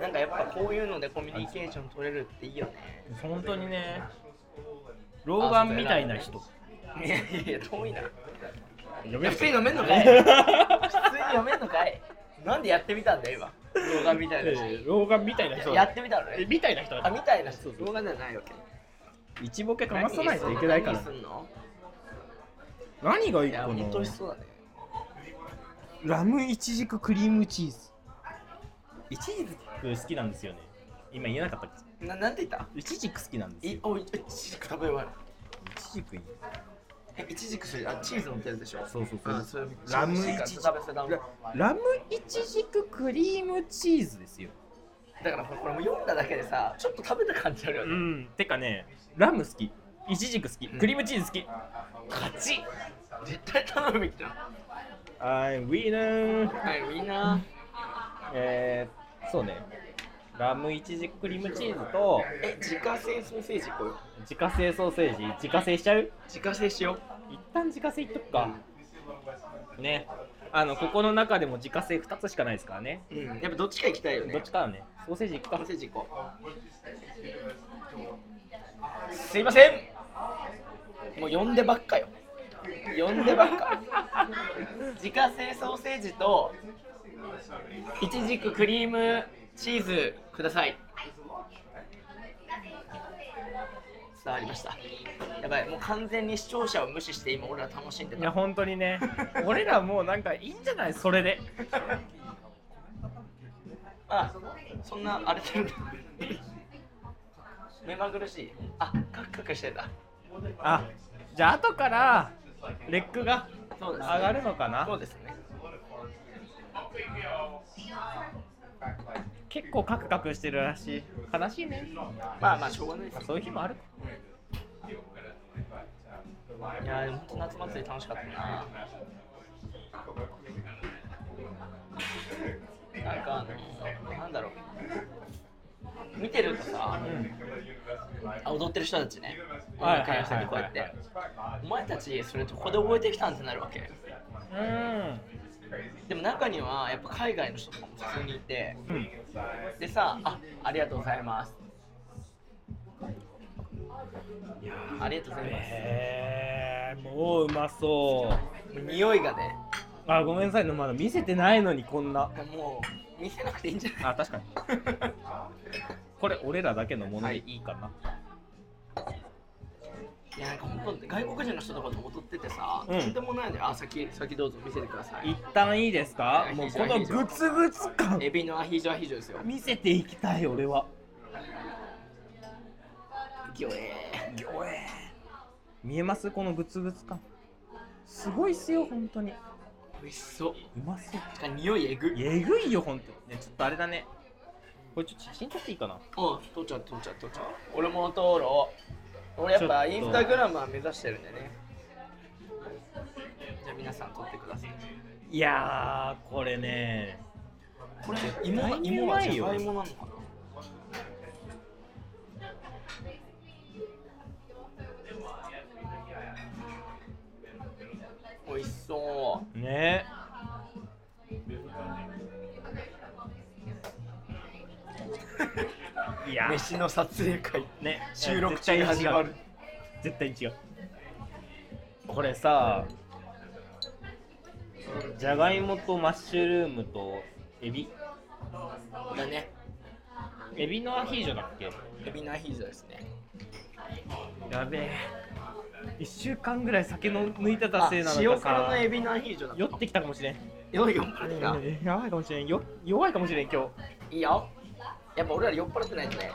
なんかやっぱこういうのでコミュニケーション取れるっていいよね
ー本当にね老眼みたいな人
いやいや遠いな
呼
普通に飲めんのか い普通に飲めんのかいなんでやってみたんだよ今動画みたいなし
老眼みたいな人
やってみたのね
みたいな人
あみたいな人動画じゃないわけ
一ボケかまさないといけないから
何すんの
何がい
いや本当美味しそうだね
ラムイチジククリームチーズイチジク好きなんですよね今言えなかったっ
ななんて言っ
け
た
イチジク好きなんです
い
よ
おいいちじく食べ終わる
イチジクいい
えいちじくそれあチーズ乗ってるでしょ
そうそうそう
あそれ
ラム
い
イ
ち
チジ
じ
ク
く食べせただ
ララムイチジククリームチーズですよ
からこれもう読んだだけでさちょっと食べた感じあるよ
う
ね
んてかねラム好きイチジク好き
うん
クリームチーズ好き
勝ち絶対頼むべきじゃん
あいウィーナー
はいみんな
えー、そうねラムイチジククリームチーズと
え自家製ソーセージ行こうよ
自家製ソーセージ自家製しちゃう
自家製しよ
一旦自家製いっとくか、ねあのここの中でも自家製2つしかないですからね
ううんやっぱどっちか行きたいよね
どっちかはねソーセージいく
ソ
か
ーセージ行こうすいませんもう呼んでばっかよ呼んでばっ か自家製ソーセージといちじくクリームチーズください伝わりましたやばいもう完全に視聴者を無視して今俺ら楽しんで
いや
た
本当にね俺らもうなんかいいんじゃないそれで
あ、そんな荒れてるんだ。 目まぐるしい。あ、カクカクしてた。
あじゃあ後からレックが
そう
上
です、
がるのかな
そうですね。
結構カクカクしてるらしい悲しいね
まあまあ、しょうがないで
まあ
す。
そういう日もある
いやー、でも本当夏祭り楽しかったな。なんか、あのなんだろう。見てるとさ、あ踊ってる人たちね、音
はい
楽やっててこうやっ
はい
て
は。
お前たち、それとここで覚えてきたんってなるわけ。
う
でも中には、やっぱ海外の人とかも普通にいて、
ん、うん、
でさ、あ、ありがとうございます。ありがとうございます。
えー、もううまそう
もう匂いがね、
あごめんなさいねまだ見せてないのにこんな
もう見せなくていいんじゃない。
あ確かに これ俺らだけのものでいいかな、
いや、なんか本当外国人の人とかと踊っててさ、
うん
とんでもないのよ。あ、先、先どうぞ見せてください
一。旦いいですかもうこのグツグツ感
エビのアヒージョアヒージョですよ。
見せていきたい俺は
ギョエ
見えますこのグツグツ感すごいっすよ本当にう
ー。美味しそう。
まそう
てか匂いえぐ。
えぐいよ本当にねちょっとあれだねこれちょっと写真撮っていいかな
うん、取っちゃう、取っちゃう、取っちゃう。俺も通ろう。俺やっぱ
ち
イ
ょっと
ンスタグラマー目指してるんでね。じゃあ皆さん撮ってください。
いやーこれね
これ
芋が芋はじゃがいも
なのかな美味しそ
ねいや
う飯の撮影会
ね
収録中に始まる
絶対違うこれさ
じゃがいもとマッシュルームとエビ
だね。
エビのアヒージョだっけ
エビのアヒージョですね。
やべえ1週間ぐらい酒の抜いてた
あ
せいなの
塩
かさ
辛のエビのアヒージョだ
酔ってきたかもしれん
酔い酔っ払ってた。
やばいかもしれんよ弱いかもしれん今
いいよ。やっぱ俺ら酔っ払ってないとね。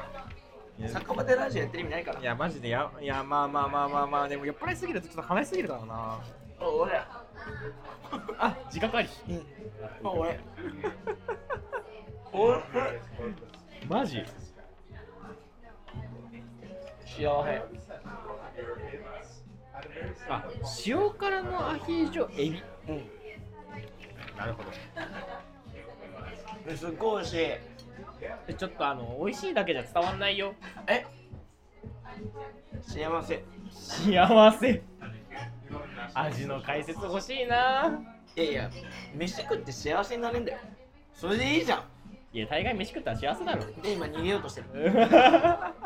日
酒場でラジオやってる意味ないから
い。やマジでやいやまあまあまあまあまあでも酔っ払いすぎるとちょっと話しすぎるからな
お俺ら。
あ自覚あり
お俺。お俺。
マジ
幸せ。
あ塩辛のアヒージョエビなるほど
うん。すっごい美味しい。
えちょっとあの美味しいだけじゃ伝わんないよ
え幸せ。
幸せ味の解説欲しいない
やいや、飯食って幸せになれんだよ。それでいいじゃ
いや大概飯食ったら幸せだろ
ん。で、今逃げようとしてる。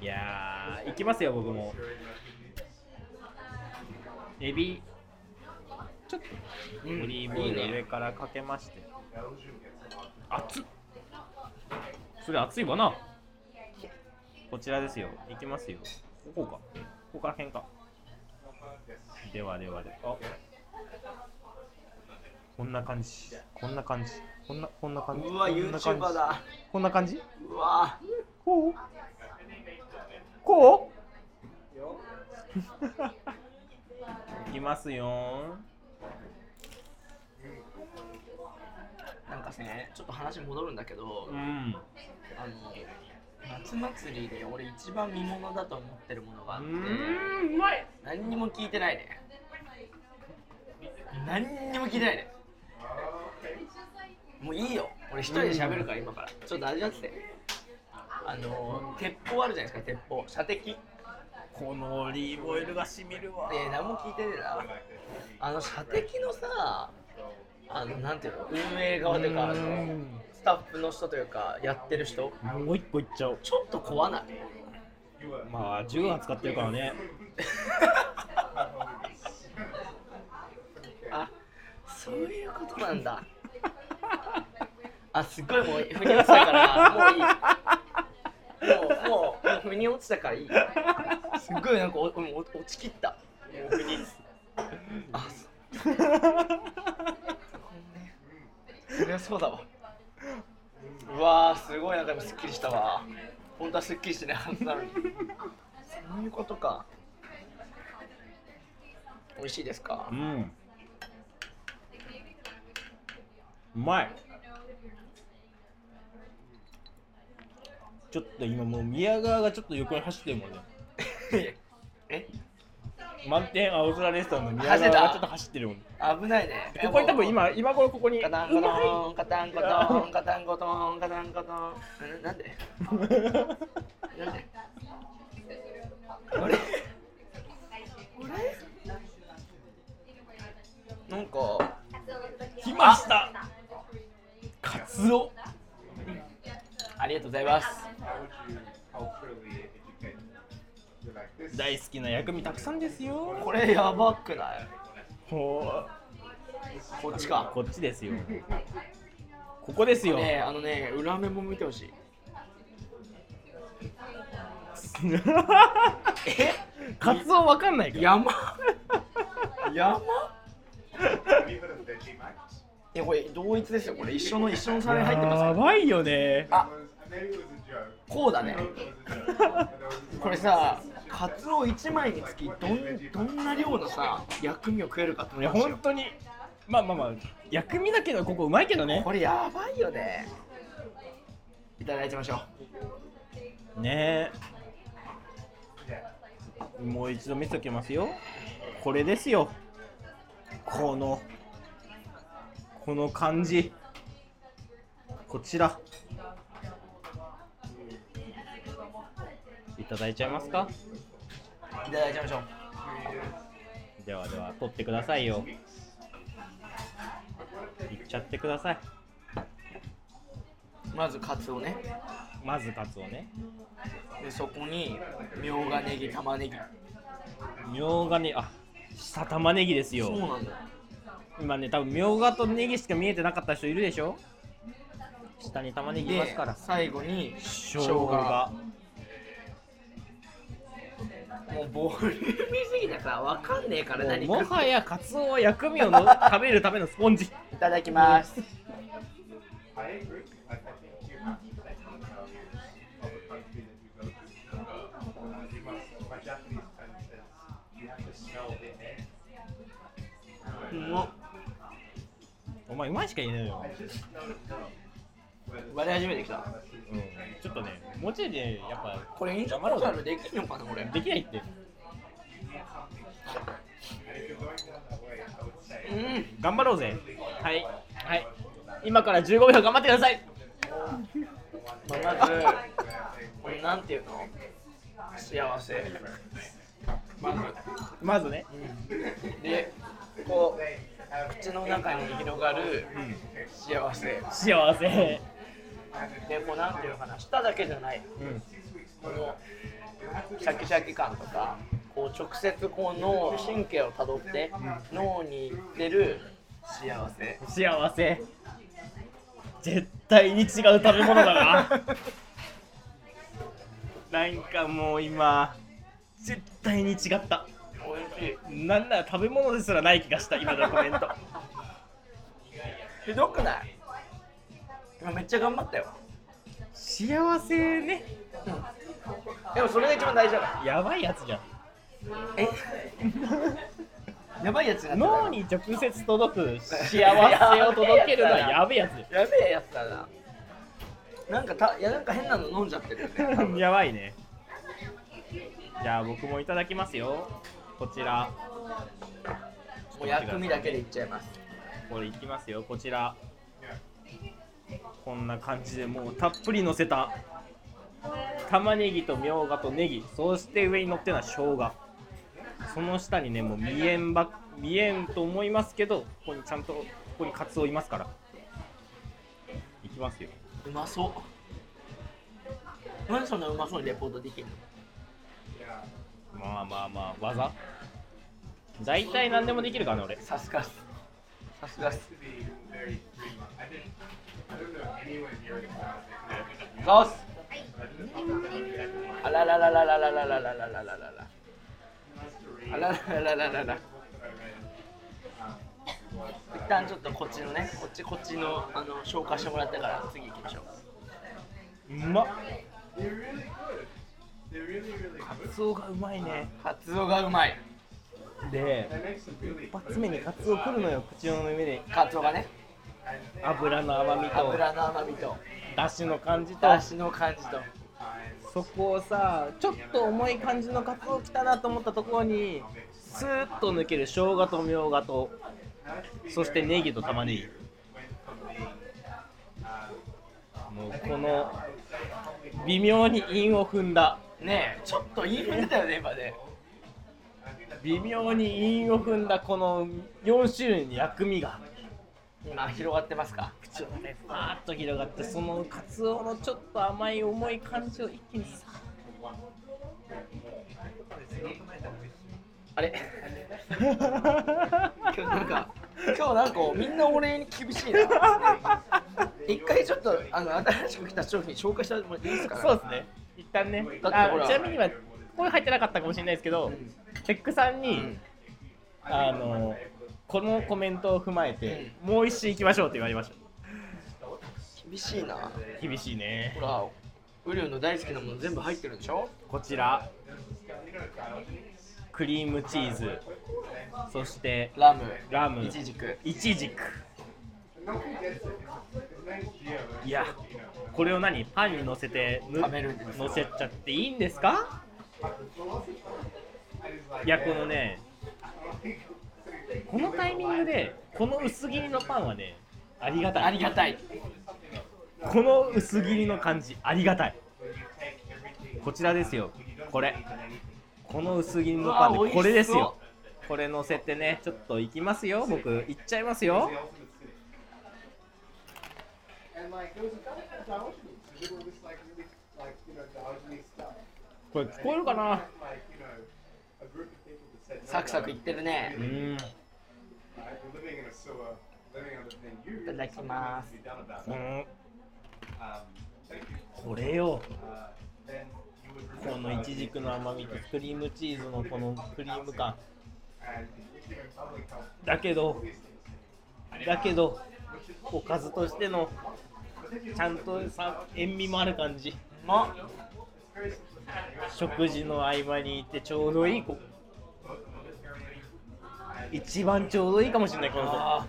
いやー行きますよ僕もエビちょっとオ
うん
リーブオイル
いいね
上からかけまして、熱っそれ熱いわなこちらですよ行きますよここかここら辺かではではであこんな感じこんな感じこんなこんな感じ
うわ、
こんな感じ
YouTuber だ。
こんな感じ
うわ
こうこういきますよ
なんかね、ちょっと話戻るんだけど、
うん
あの夏祭りで俺一番見物だと思ってるものがあって、
うんうまい
何にも聞いてないね。何にも聞いてないね。もういいよ。俺一人で喋るから今から。ちょっと味わってて。あの鉄砲あるじゃないですか、鉄砲。射的。
このオリーブオイルがしみるわ
で何も聞いてねえなあの射的のさあのなんていうの運営側というかあのスタッフの人というかやってる人
もう一個いっちゃおう
ちょっと怖ない
まあ銃扱ってるからね
あそういうことなん だあすごいもう腑に落ちたからもういいもうもうもう腑に落ちたからいいすっごいなんかおおお落ちきったもう腑にあそそりゃそうだわうわーすごいなんか今すっきりしたわ本当はすっきりしてないはずなのにそういうことか美味しいですか
うんうまいちょっと今もう宮川がちょっと横に走ってるもんね
え
満点青空レストランの宮
走っ
川
てた
がちょっと走ってるもんね
危ないね。
ここに多分今今頃ここに
カタンコトンカタンコトンカタンコトンカタンコトン。ななんで？なんで？あれ？あれ？なんか
来ましたカツオ
ありがとうございます。
大好きな薬味たくさんですよ
これやばくない？
こ
こっちか。
っちですよここですよ、
ねえあのね裏目も見てほしい。
カツオわかんないから
山山いやこれ同一ですよこれ一緒の一緒の皿に入ってますか
や
ら
ばいよね
あこうだね これさカツオ1枚につきどんどんな量のさ薬味を食えるかって
いや
話
本
よ
当にまあまあまあ薬味だけどここうまいけどね
これやばいよねいただいちゃいましょ
ねえもう一度見ときますよこれですよこのこの感じこちらいただいちゃいますか
ういただいちゃいましょう
ではでは取ってくださいよいっちゃってください
まずカツオね
まずカツオね
でそこにみょうがねぎ玉ねぎ
みょうがねあ下玉ねぎです
そう
よ
なんだよ
今ね多分みょうがとネギしか見えてなかった人いるでしょ下に玉ねぎいます
で
から
最後に
生姜
もうボリューミーすぎてさわかんねえから何
もうも
食
はやカツオは薬味をの食べるためのスポンジ
いただきますうまっ
お前うまいしか言えないよ、
割れ始めてきた
うん、ちょっとねもうちょいでやっぱ
これインターコーサルできんのかなこれ
できないって
うん
頑張ろうぜはいはい今から15秒頑張ってください
まあまず、これなんていうの幸せ。まず、
まずね
で、こう、口の中に広がる幸せ。
幸せ
で、こうなんていうのかな、舌だけじゃない、
うん
このシャキシャキ感とか、こう直接こう脳、神経をたどって、脳にいってる幸せ。
幸せ絶対に違う食べ物だな なんかもう今絶対に違った
おいしい。
なんなら食べ物ですらない気がした今のコメント
ひどくない今めっちゃ頑張ったよ。
幸せね
でもそれが一番大事だか
やばいやつじゃん
ら。え やばいやつになった
脳
な
に直接届く幸せを届けるのはやべえやつ
やべえやつだな。なんかた、いやなんか変なの飲んじゃってる よね。多分
やばいねじゃあ僕もいただきますよこちら
もう薬味だけでいっちゃいます。
これいきますよこちらこんな感じでもうたっぷりのせた玉ねぎとみょうがとネギそして上に乗ってるのは生姜その下にねもう見えんば見えんと思いますけどここにちゃんとここにカツオいますからいきますよ
うまそう。なんでそんなうまそうにレポートできんの
まあまあまあ技大体何でもできるからね俺
さすがっす。さすがっす。ガオスあららららららららららららららあらららららら一旦ちょっとこっちのね、こっちこっちのあの消化してもらったから次行きましょう。
うまっカツオがうまいね
カツオがうまい。
で一発目にカツオ来るのよ口の上で
カツオがね、
油の甘みと
油の甘みと、
だしの感じと
だしの感じと。
そこをさちょっと重い感じのカツオ来たなと思ったところにスーッと抜ける生姜とみょうがとそしてネギと玉ねぎもうこの微妙に韻を踏んだ
ねえ、ちょっと言い踏んでたよね、今ね。
微妙に韻を踏んだこの4種類の薬味が
今広がってますか
口の中でふわーっと広がってそのカツオのちょっと甘い重い感じを一気にさ
あれ今日なん か、今日なんかみんな俺に厳しいな。一回ちょっとあの新しく来た商品紹介してもらっていいですか
そうですね一旦ね
だって
あ
ほら
ちなみに今これ入ってなかったかもしれないですけどテックさんに、
うん
あのこのコメントを踏まえて、もう一周行きましょうって言われまし
厳しいな。
た厳しいね
ほら、ウリュウの大好きなもの全部入ってるんでしょ
こちらクリームチーズそして
ラム、
ラム
イチジク。
イチジクいやこれを何パンに乗せてぬ
食べるんですよ
乗せちゃっていいんですかいやこのねこのタイミングでこの薄切りのパンはねありがたい
ありがたい。
この薄切りの感じありがたいこちらですよこれこの薄切りのパン
うわ
で
美味しそ
こ
う
れですよこれ乗せてねちょっといきますよ僕いっちゃいますよこれ聞こえるかな
サクサクいってるね。
うん。
いただきます。
うん
これよ。このイチジクの甘みとクリームチーズのこのクリーム感。だけど、だけど、おかずとしてのちゃんとさ塩味もある感じ。
ま
食事の合間に行ってちょうどいいこ一番ちょうどいいかもしれないこの
あ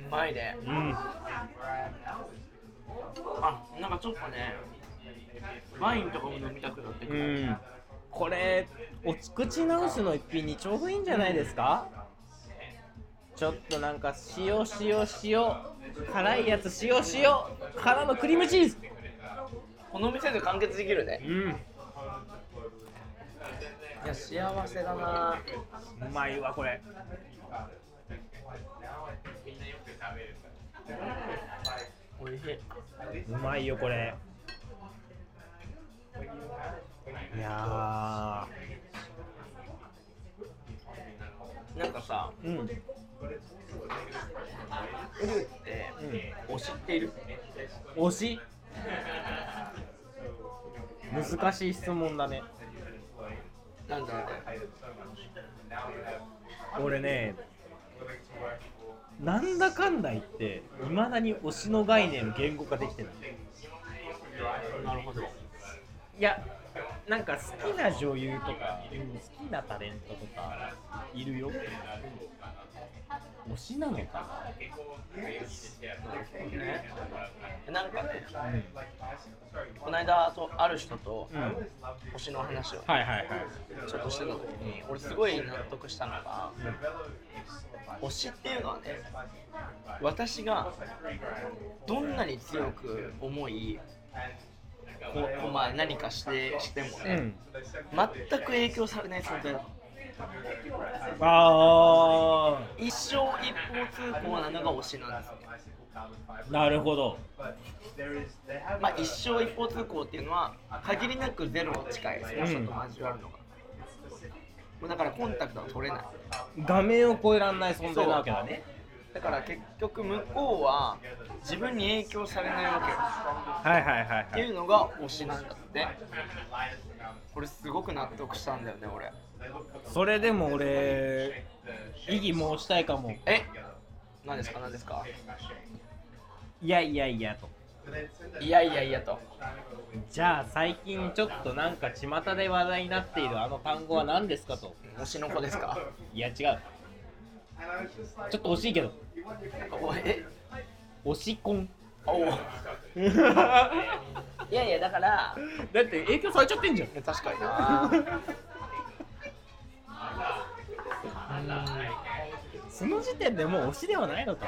ーうまいね。
子うん
あ、なんかちょっとね、ワインとかも飲みたくなってく
う
る。
ん
これおつくち直しの一品にちょうどいいんじゃないですか
ちょっとなんか
塩塩塩辛いやつ塩塩からのクリームチーズ
この店で完結できるね。
うん
いや、幸せだな。
うまいわこれ
おいしい。
うまいよこれいや
なんかさ、
ーうん
ウルーって、推しっている
推し難しい質問だね
なんだろうね。
俺ねなんだかんだ言っていまだに推しの概念を言語化できてない
なるほど。
いやなんか好きな女優とか、好きなタレントとかいるよ推しなのか
ね、なんかね、この間とある人と
な、うん、
星の話を
はいはいはい
ちょっとしてた時に俺すごい納得したのが、推しっていうのはね私がどんなに強く思いここうまあ何かしてしてもね、全く影響されない存在だと
あ
一生一方通行なのが推しなんですね
あなるほど
まあ一生一方通行っていうのは限りなくゼロに近いですね、
うん
人と交わるのがもうだからコンタクトは取れない
画面を越えられない存在なわけだね
だから結局向こうは自分に影響されないわけよ
はいはいはい
っていうのが推しなんだってこれすごく納得したんだよね俺
それでも俺異議申したいかも
え何ですか何ですか
いやいやいやと
いやいやいやと
じゃあ最近ちょっとなんか巷で話題になっているあの単語は何ですかと
推しの子ですか
いや違うちょっと惜しいけど
なんかおえ
推し婚
お
だ
いやいやだから
って影響されちゃってんじゃん
確かにな
その時点でもう推しではないのと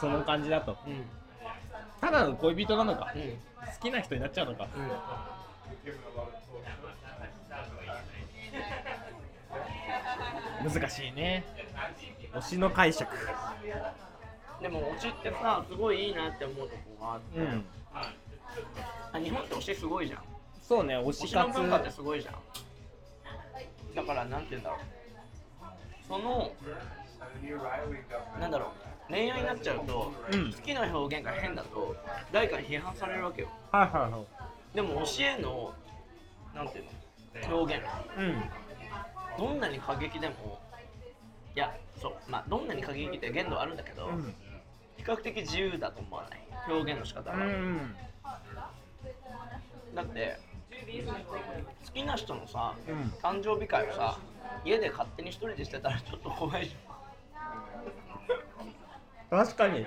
その感じだと
うんうん
ただの恋人なのか
うん
好きな人になっちゃうのか
うん
難しいね推しの解釈
でも推しってさすごいいいなって思うとこがあって、
うん
あ日本って推しすごいじゃん
そうね推
推
し
しの
活
文化ってすごいじゃんだからなんて言うんだろうそのなんだろう恋愛になっちゃうと、
うん
好きな表現が変だと誰かに批判されるわけよ
はいはいはい
でも教えのなんていうの表現
う
どんなに過激でもいやそうまあどんなに過激って限度はあるんだけど、
ん。
比較的自由だと思わない表現の仕方が、
ん。
だって好きな人のさ、
うん
誕生日会をさ家で勝手に一人でしてたらちょっと怖いじ
確かに。
ゃん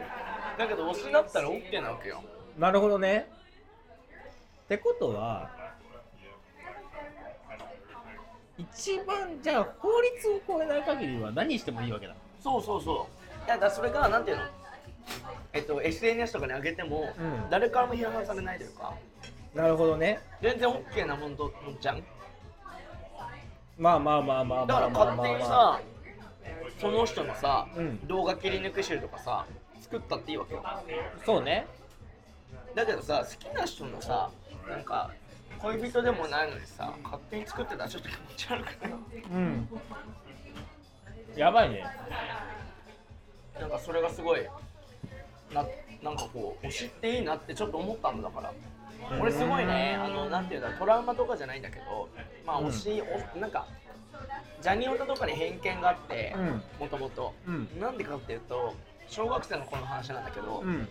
だけど推しだったら OK なわけよ
なるほどね。ってことは、一番じゃあ法律を超えない限りは何してもいいわけだ。
そうそうそういやだからそれがなんていうのえっと SNS とかに上げても、
うん
誰からも批判されないというか
なるほどね。
全然 OK なもんともんじゃん
まあまあまあまあ
だ
ま
か
あ
ら
まあまあ
勝
まあ
手にさその人のさ、
うん
動画切り抜き集とかさ作ったっていいわけよ
そうね。
だけどさ好きな人のさなんか恋人でもないのにさ勝手に作ってたらちょっと気持ち悪くない
うんやばいね
なんかそれがすごいななんかこう推しっていいなってちょっと思ったんだから俺すごいねあのなんていうんだろうトラウマとかじゃないんだけどまあ
うん
推し、おなんかジャニオタとかに偏見があって
うん
もともと
うん
なんでかっていうと小学生の子の話なんだけど、
うん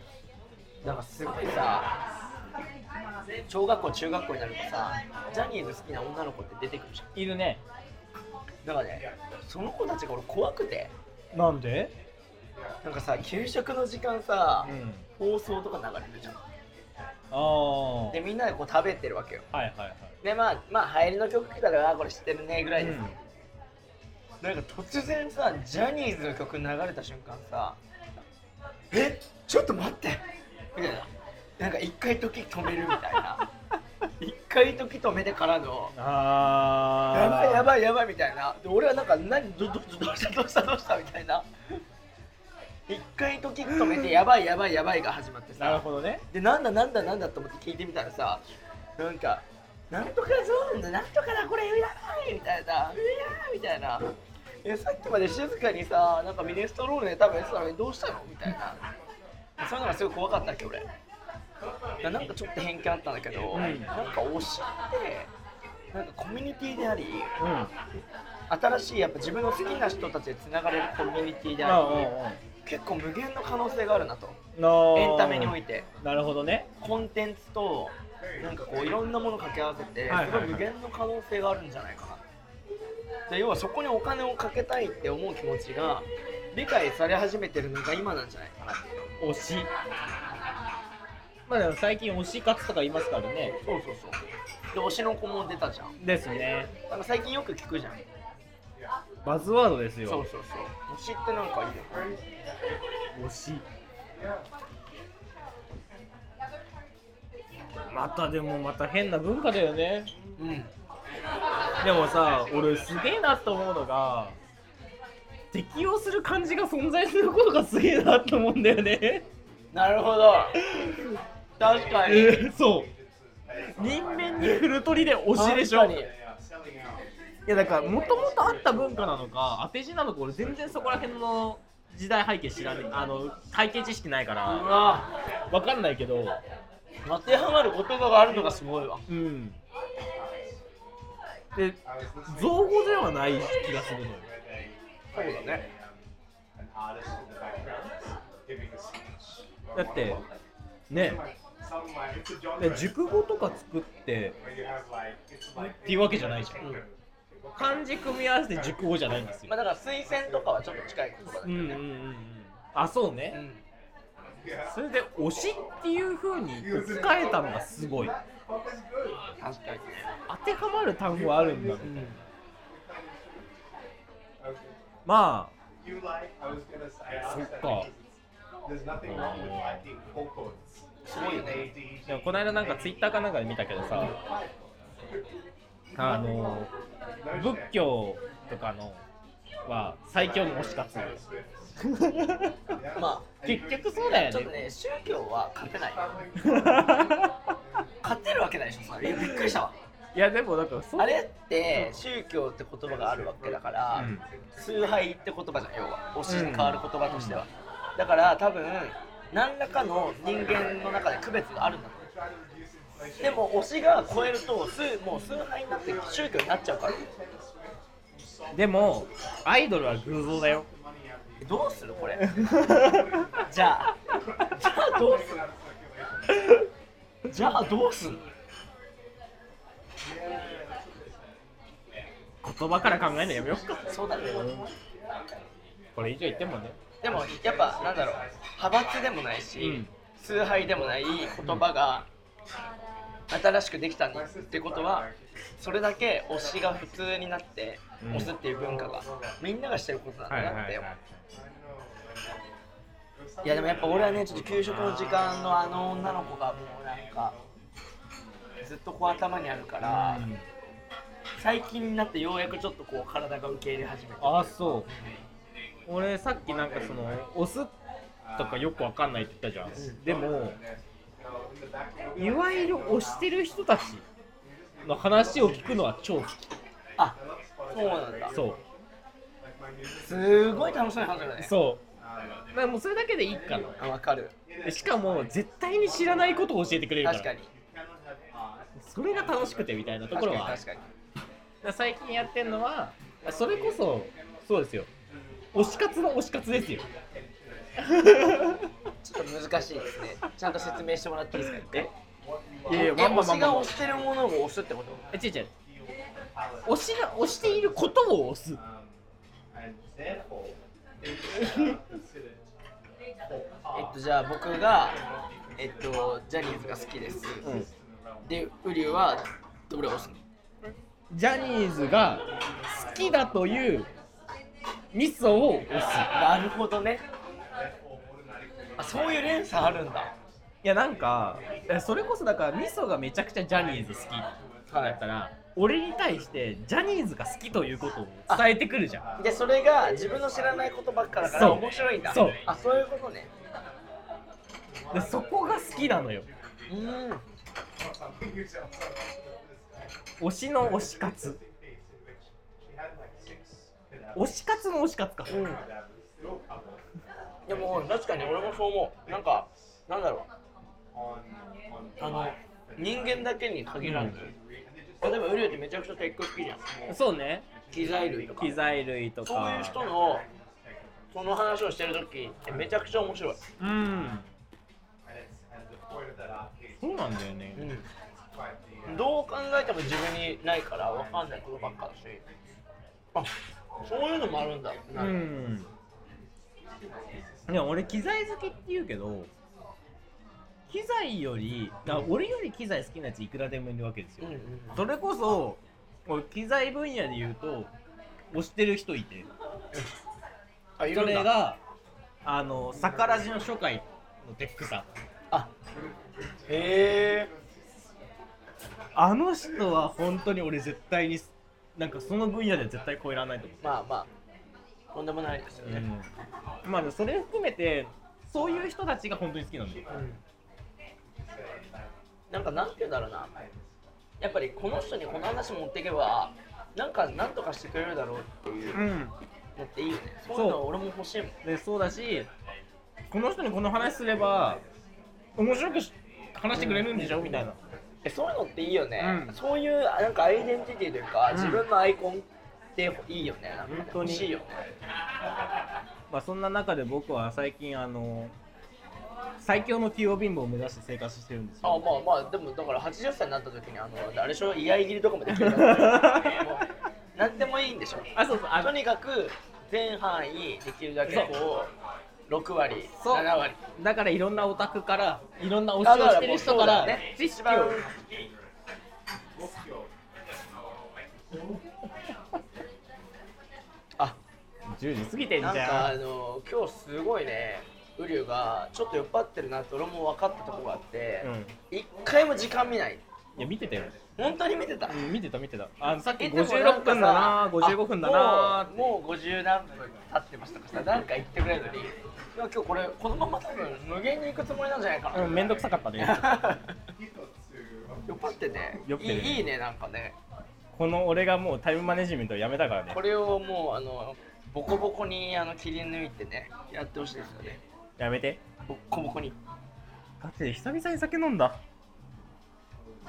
なんかすごいさ小学校中学校になるとさジャニーズ好きな女の子って出てくるじゃん
いるね
だからねその子たちが俺怖くて
なんで
なんかさ給食の時間さ、
うん
放送とか流れるじゃん
ああは
で
い
みんなでこう食べてるわけよ
はいはい
でまあまあ流行りの曲来たらあこれ知ってるねぐらいです、なんか突然さジャニーズの曲流れた瞬間さえちょっと待ってみたいななんか一回時止めるみたい な一回時止めてからの
ああ
やばいや
い
ばいやばいみたいなで俺はなんか何どどどどうしたどうしたどうしたみたいな一回時止めてやばいやばいやばいが始まってさ
なるほどね
でなんだなんだなんだと思って聞いてみたらさなんか「なんとかゾーンだなんとかだこれやばい!」みたいな「うやー!」みたいなえさっきまで静かにさなんかミネストローネ食べてたのにどうしたのみたいなそういうのがすごい怖かったわけ俺ななんかちょっと偏見あったんだけど、
ん
なんか推しってなんかコミュニティであり
うんうん
新しいやっぱ自分の好きな人たちでつながれるコミュニティであり
う
結構無限の可能性があるなと
んうん
エンタメにおい
て
て。
なるほどね
コンテンツとなんかこういろんなものを掛け合わせて
はい
す
はいは
ご
い
い無限の可能性があるんじゃないかなで要はそこにお金をかけたいって思う気持ちが理解され始めてるのが今なんじゃないかな
推しまあでも最近推し活とか言いますからね
そうそうそうで推しの子も出たじゃん
ですね
なんか最近よく聞くじゃん
バズワードですよ
そうそうそう推しってなんかいいよね
推しまたでもまた変な文化だよね
うん
でもさ俺すげえなと思うのが適応する感じが存在することがすげえなと思うんだよね
なるほど確かに
そう人間にフル取りで推しでしょ
確
い
かに
やだからもともとあった文化なのか当て字なのか俺全然そこら辺の時代背景知らないあの体系知識ないか
う
ら
わ
分かんないけど
当てはまる言葉があるのがすごいわ
うんで造語ではない気がするのよ
そうだね
だってねで熟語とか作ってっていうわけじゃないじゃん、漢字組み合わせて熟語じゃないんです
ま
よ
あだから推薦とかはちょっと近い言葉だ
う
け
んう
ど
んうん
ね、
うんあそうね、
うん
それで推しっていう風に使えたのがすごい
確かにね。
当てはまる単語あるんだ
うん
まあ
You like, I was gonna say, I
そ
was
っか
there's nothing wrong with liking vocals.
すごいよね。
でもこの間なんかツイッターかなんかで見たけどさあの仏教とかのは最強の推し活
ま
結局そうだ
あ、ちょ
よ
っと
ね
ね、宗教は勝てないよ。勝てるわけないでしょ、それ。いやびっくりしたわ。
いやでもなんかそう
あれって、宗教って言葉があるわけだから、
うん
崇拝って言葉じゃん、要は。推しに変わる言葉としては。だから、多分、何らかの人間の中で区別があるんだと思う。でも、推しが超えると、崇もう崇拝になって宗教になっちゃうから。
でもアイドルは偶像だよ
どうする これ。じゃあ、じゃあどうするじゃあどうする
言葉から考えるのやめようか
そうだね。
これ以上言ってもね
でもやっぱなんだろう、派閥でもないし、
うん
崇拝でもない言葉が新しくできたんだってことは、それだけ推しが普通になって、
うん
推すっていう文化がみんながしてることなんだなって。いやでもやっぱ俺はね、ちょっと給食の時間のあの女の子がもうなんか、ずっとこう頭にあるから、
うん
最近になってようやくちょっとこう体が受け入れ始めて。
あそう俺さっきなんかその押すとかよくわかんないって言ったじゃんでもいわゆる押してる人たちの話を聞くのは超好き
あそうなんだ
そ
すごい楽しそうな話だ
う
ね
そうまあもうそれだけでいいかな
あわかる
でしかも絶対に知らないことを教えてくれるから
確かに
それが楽しくてみたいなとこ
確
ろ
かに
はある
確かに
だから最近やってるのはそれこそそうですよ推し活の推し活ですよ
ちょっと難しいですねちゃんと説明してもらっていいですかえ
いや いや
え
まんままん
推し
ま
が
ま
推してるものを推すってこと
え違う違う推しが推していることを推す
And therefore, it's uh, considered
えっとじゃあ僕がえっとジャニーズが好きです、でウリュウはどれを推すの
ジャニーズが好きだというミスを推す
なるほどねあそういう連鎖あるんだ
いやなんかえそれこそだからミソがめちゃくちゃジャニーズ好きだったら、俺に対してジャニーズが好きということを伝えてくるじゃん
でそれが自分の知らないことばっかだか
そう
ら面白いんだ
そう
あそういうことね
でそこが好きなのよ
うん
推しの推し活推し活の推し活か、
でも確かに俺もそう思うなんかなんだろ
on, on
うあの人間だけに限らず、例えばウリュウってめちゃくちゃテック好きじゃん
そうね
機材類とか
機材類と
そういう
か
人のその話をしてる時ってめちゃくちゃ面白い、
うん
and it's and the point of that arcade
そうなんだよね、
quite the
どう考えても自分にないから分かんないことばっかだしあそういうのもあるんだってな
う
る
ん。いや俺機材好きって言うけど機材よりだから俺より機材好きなやついくらでもいるわけです
う
よ
ん、うん
それこそ俺機材分野で言うと推してる人いて
あい
そ
るんだ
れがあのサカラジの初回のテックさん
あへえ
あの人は本当に俺絶対になんかその分野では絶対超えられないと思う
まあまあとんでもないですよね、
まあそれ含めてそういう人たちが本当に好きなんだよ
うんなんかなんて言うんだろうなやっぱりこの人にこの話持っていけばなんかなんとかしてくれるだろうっていう
うん
のっていいよねそういうの俺も欲しいもん
でそうだしこの人にこの話すれば面白くし話してくれるんでしょみたいな
えそういうのっていいよね、
うん
そういうあなんかアイデンティティというか、
ん
自分のアイコンっていいよねなんか
本当
欲
に
しいよね
まあそんな中で僕は最近あの最強の器用貧乏を目指して生活してるんです
あ
よ
まあまあでもだから80歳になった時にあのあれでしょ居合切りとかもできる ようになったよもう何でもいいんでしょ
あそうそうあ
とにかく全範囲できるだけ
そう
こう6割
そう
7割
だからいろんなオタクからいろんな推しをしてる人から知
一
識
番
を
あ
10時過ぎてんじ
なんか
ゃ
あ
ん
の今日すごいねウリュウがちょっと酔っ払ってるなって俺も分かったとこがあって
うん
一、回も時間見ない
いや見てたよ、
本当に見てた
うん、見てた見てたあさっき
いつもんかさ
56分だな55分だな
あもうもう50何分経ってましたからさなんか言ってくれるのにいや今日これこのまま多分無限に行くつもりなんじゃないかな、
うんめんどくさかったね
酔っ払ってね
酔ってる
いいいいねなんかね
この俺がもうタイムマネジメントをやめたからね
これをもうあのボコボコにあの切り抜いてねやってほしいですよね
やめて
ボッコボコに
だって久々に酒飲んだ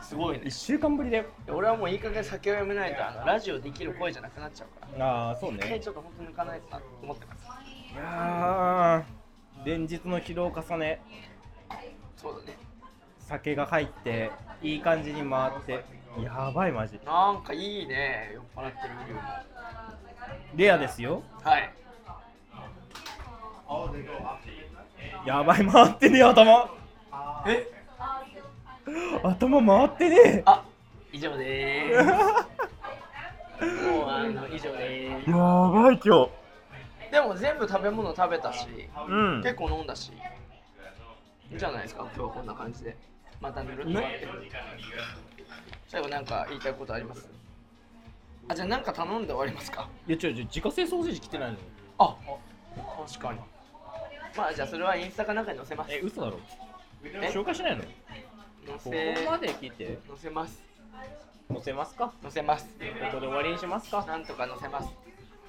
すごいね
1週間ぶりだよ
俺はもういい加減酒をやめないとあのラジオできる声じゃなくなっちゃうから
ああそう
一回
ね
ちょっと本当に抜かないとなと思ってます
いやー連日の疲労重ね
そうだね
酒が入っていい感じに回ってやばいマジ
なんかいいね酔っ払ってる理由も
レアですよ
はい
やばい回ってねえ頭
え
頭回ってね
あ以上で ーすもうあの以上でー
えやばい今日
すでも全部食べ物食べたし
うん
結構飲んだしいいじゃないですか今日はこんな感じでまたぬるっと終わって最後なんか言いたいことありますあじゃあなんか頼んで終わりますか
いや違う違う自家製ソーセージ来てないのよ
あ確かにまあじゃあそれはインスタかなんかに載せます
え嘘だろ
え
紹介しないの
載
ここ
せ
まで来て
載せます
載せますか
載せます。
ここで終わりにしますか
なんとか載せます。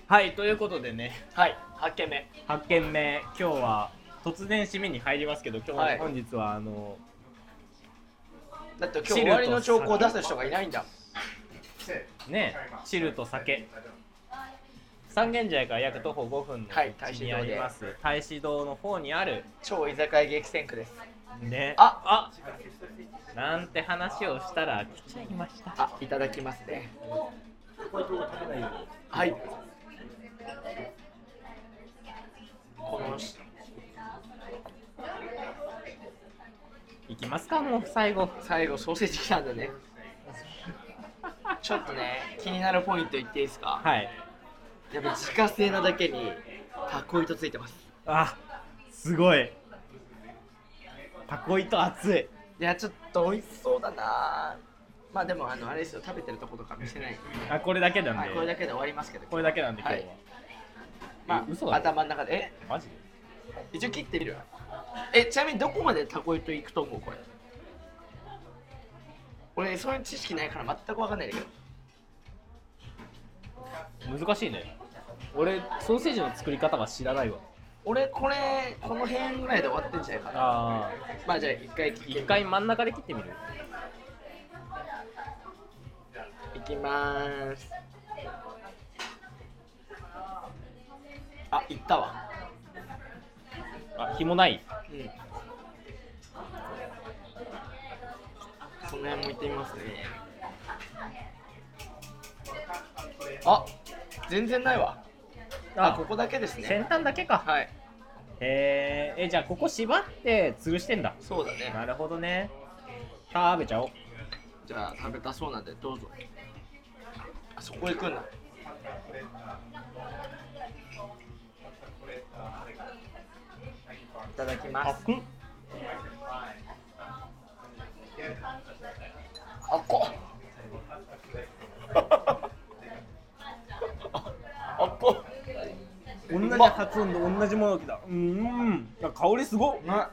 はいということでね
はい、8件目。
8件目今日は突然締めに入りますけど今日は、
はい
本日はあの
だって今日終わりの兆候を出す人がいないんだ。
ね汁と酒三軒茶屋から約徒歩5分の
はい
位置にあります大使堂の方にある
超居酒屋激戦区です。
ね
あ
あなんて話をしたら来ちゃいました
あ、いただきますね。はい。このし
いきますかもう最後
最後ソーセージ来たん だね。ちょっとね、気になるポイント言っていいですか。
はい
やっぱ自家製なだけにタコ糸ついてます。
あすごいタコ糸熱い
いやちょっと美味しそうだなまあでもあのあれですよ食べてるとことか見せない、
あこれだけなん
は
で
い、これだけで終わりますけど
これだけなんで今
は
日は、
い、まあ
嘘だろ
頭の中で
マジで
え一応切ってみるえちなみにどこまでタコ糸いくと思うこれ俺そういう知識ないから全く分かんないんだけど
難しいね俺ソーセージの作り方は知らないわ
俺これこの辺ぐらいで終わってんじゃないかな
あ
まあじゃあ一回切ってみ
一
る
回真ん中で切ってみる
いきまーすあいったわ
あ紐ない
うんその辺も行ってみますね。あ、全然ないわ。あ、ここだけです
先
ね。
端だけか
はい、
へええじゃあここ縛って吊るしてんだ
そうだね。
なるほどね食べちゃおう
じゃあ食べたそうなんでどうぞ。あそこ行くんだ。いただきま
あ
す。
くん
あっこ。 あっこ。
同じ
うまっ
発音で同じものきだうーんいや香りすごっあ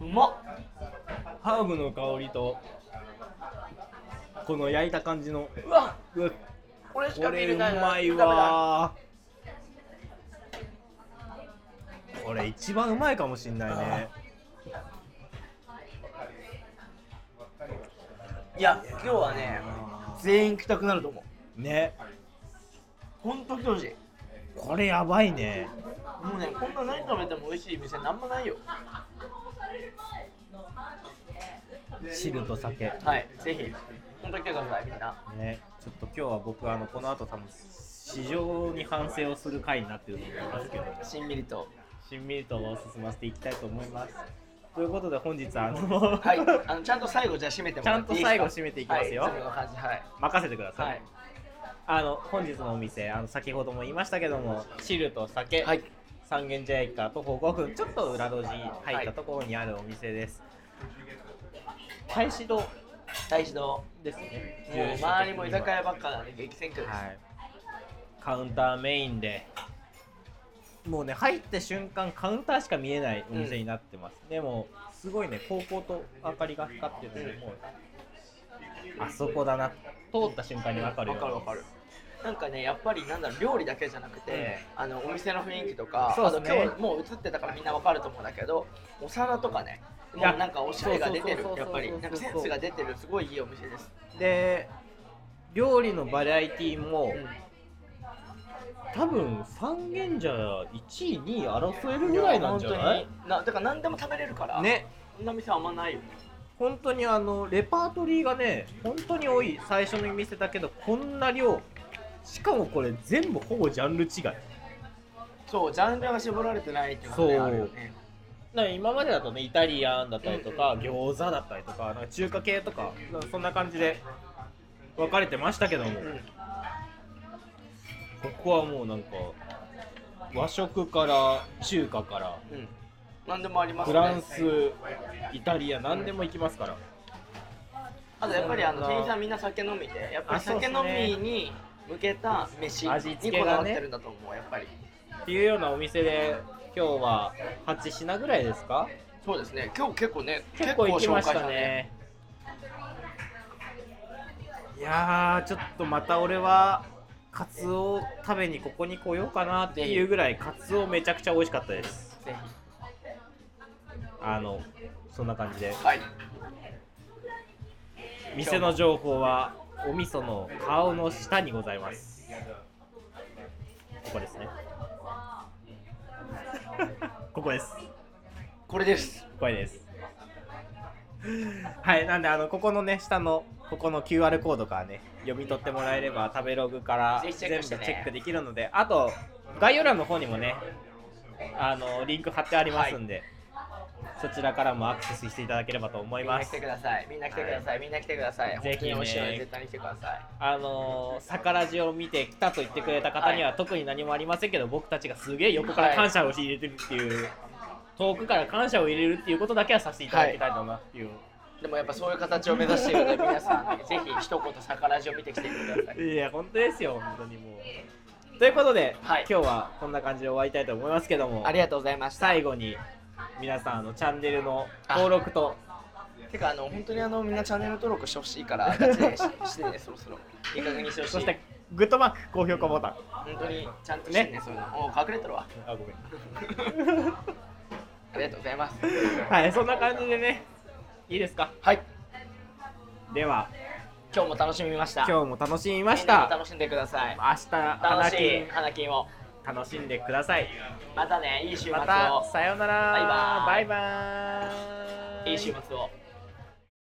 うまっ。
ハーブの香りとこの焼いた感じの
うわ。
うわ
これしか
こ
見
れ
れ
う
ないな
まい
ダメだ
わこれ一番うまいかもしんないね
いや、今日はね、全員行きたくなると思う。
ね
ほんと来てほしい。
これやばいね
もうね、こんな何食べても美味しい店なんもないよ。
汁と酒
はい、ぜひ。ほんと来てください、みんな。
ねちょっと今日は僕あのこの後多分市場に反省をする回になってると思いますけど
しんみりと。
しんみりと進ませていきたいと思いますということで本日あの、
はい、あのちゃんと最後じゃあ締めても
ちゃ
ら
ん
って
と
いいですか。
最後締めていきますよ、
はい、いつもの感じ、はい。
任せてください、
はい。
あの本日のお店あの先ほども言いましたけども汁と酒、
はい。
三軒茶屋駅から徒歩5分ちょっと裏路地入ったところにあるお店です、大使堂
大志堂。
ですね
もう周りも居酒屋ばっかなんで激戦区です。
はい、カウンターメインでもうね入った瞬間カウンターしか見えないお店になってます、でもすごいね高校と明かりが光ってるのでもうあそこだな通った瞬間に分かる
わ
よ
かるわかる。なんかね、やっぱりなんだろう料理だけじゃなくて、あのお店の雰囲気とか、
そうですね
あと今日もう映ってたからみんなわかると思うんだけど、お皿とかね、もう
いや
なんかおしゃれが出てる
そうそうそうそう、
やっぱりなんかセンスが出てるすごいいいお店です。
で料理のバラエティも
うん
多分三軒茶屋1位2位争えるぐらいなんじゃない
本当になだから何でも食べれるから、
ね
こんな店あんまないよね。
本当にあのレパートリーがね本当に多い最初の店だけどこんな量しかもこれ全部ほぼジャンル違いだか
そう、ジャンルが絞られてないっていうのがね
そう
あるよね。
ら今までだとねイタリアンだったりとか餃子だったりとかなんか中華系とかそんな感じで分かれてましたけども
うん
ここはもうなんか和食から中華から
うん。何でもあります
フ
ね。
ランスイタリア何でも行きますから
あとやっぱりあの
そんな
店員さんみんな酒飲みで、やっぱり
あそうっ
酒
すね
飲みに向けた飯
味付
に
けが
こ
ね
だわってるんだと思う、やっぱり。
っていうようなお店で今日は8品ぐらいですか
そうですね、今日結構ね、
結構行きましたね。いやーちょっとまた俺はカツオ食べにここに来ようかなっていうぐらいカツオめちゃくちゃ美味しかったです
ぜ
あのそんな感じで
ひはい
店の情報はお味噌の顔の下にございますここですねここです
これです
これですはいなんであのここのね下のここの QR コードからね読み取ってもらえれば食べログから
ぜひチェ
全
ッ
部
クし
チ
て
ェ
ね
ックできるのであと概要欄の方にもねあのリンク貼ってありますんで、そちらからもアクセスしていただければと思い
みんな
ま
来
す
てくださいみんな来てくださいみんな来てくださ
ぜ
い本
ひ
当
ね
に美味しいので絶対に来てください
あのー、サカラジを見てきたと言ってくれた方には特に何もありませんけど、僕たちがすげえ横から感謝を入れてるっていう、遠くから感謝を入れるっていうことだけはさせていただきたいと思いますっていう、
でもやっぱそういう形を目指してい るので皆さんぜひ一言サカラジを見てきてください
いや、本当ですよ、本当にもう。ということで、
はい
今日はこんな感じで終わりたいと思いますけども
あ、りがとうございました
最後に皆さんあのチャンネルの登録と、
てかあの本当にあのみんなチャンネル登録してほしいからガチでししてねそろそろいい加減にしてほしい
そしてグッドマーク、高評価ボタン。
本当にちゃんとしてね
ね
そういうのお隠れてるわ
あ、ごめん。
ありがとうございます
はい、そんな感じでね、いいですか。
はい
では、
今日も楽しみました
今日も楽しみまし
みんなも
た。
楽しんでください
明日、花
楽し
金
い花金を
楽しんでください。
またねいい週末を、
また、さようなら。
バイバ
バイバーイ。
いい週末を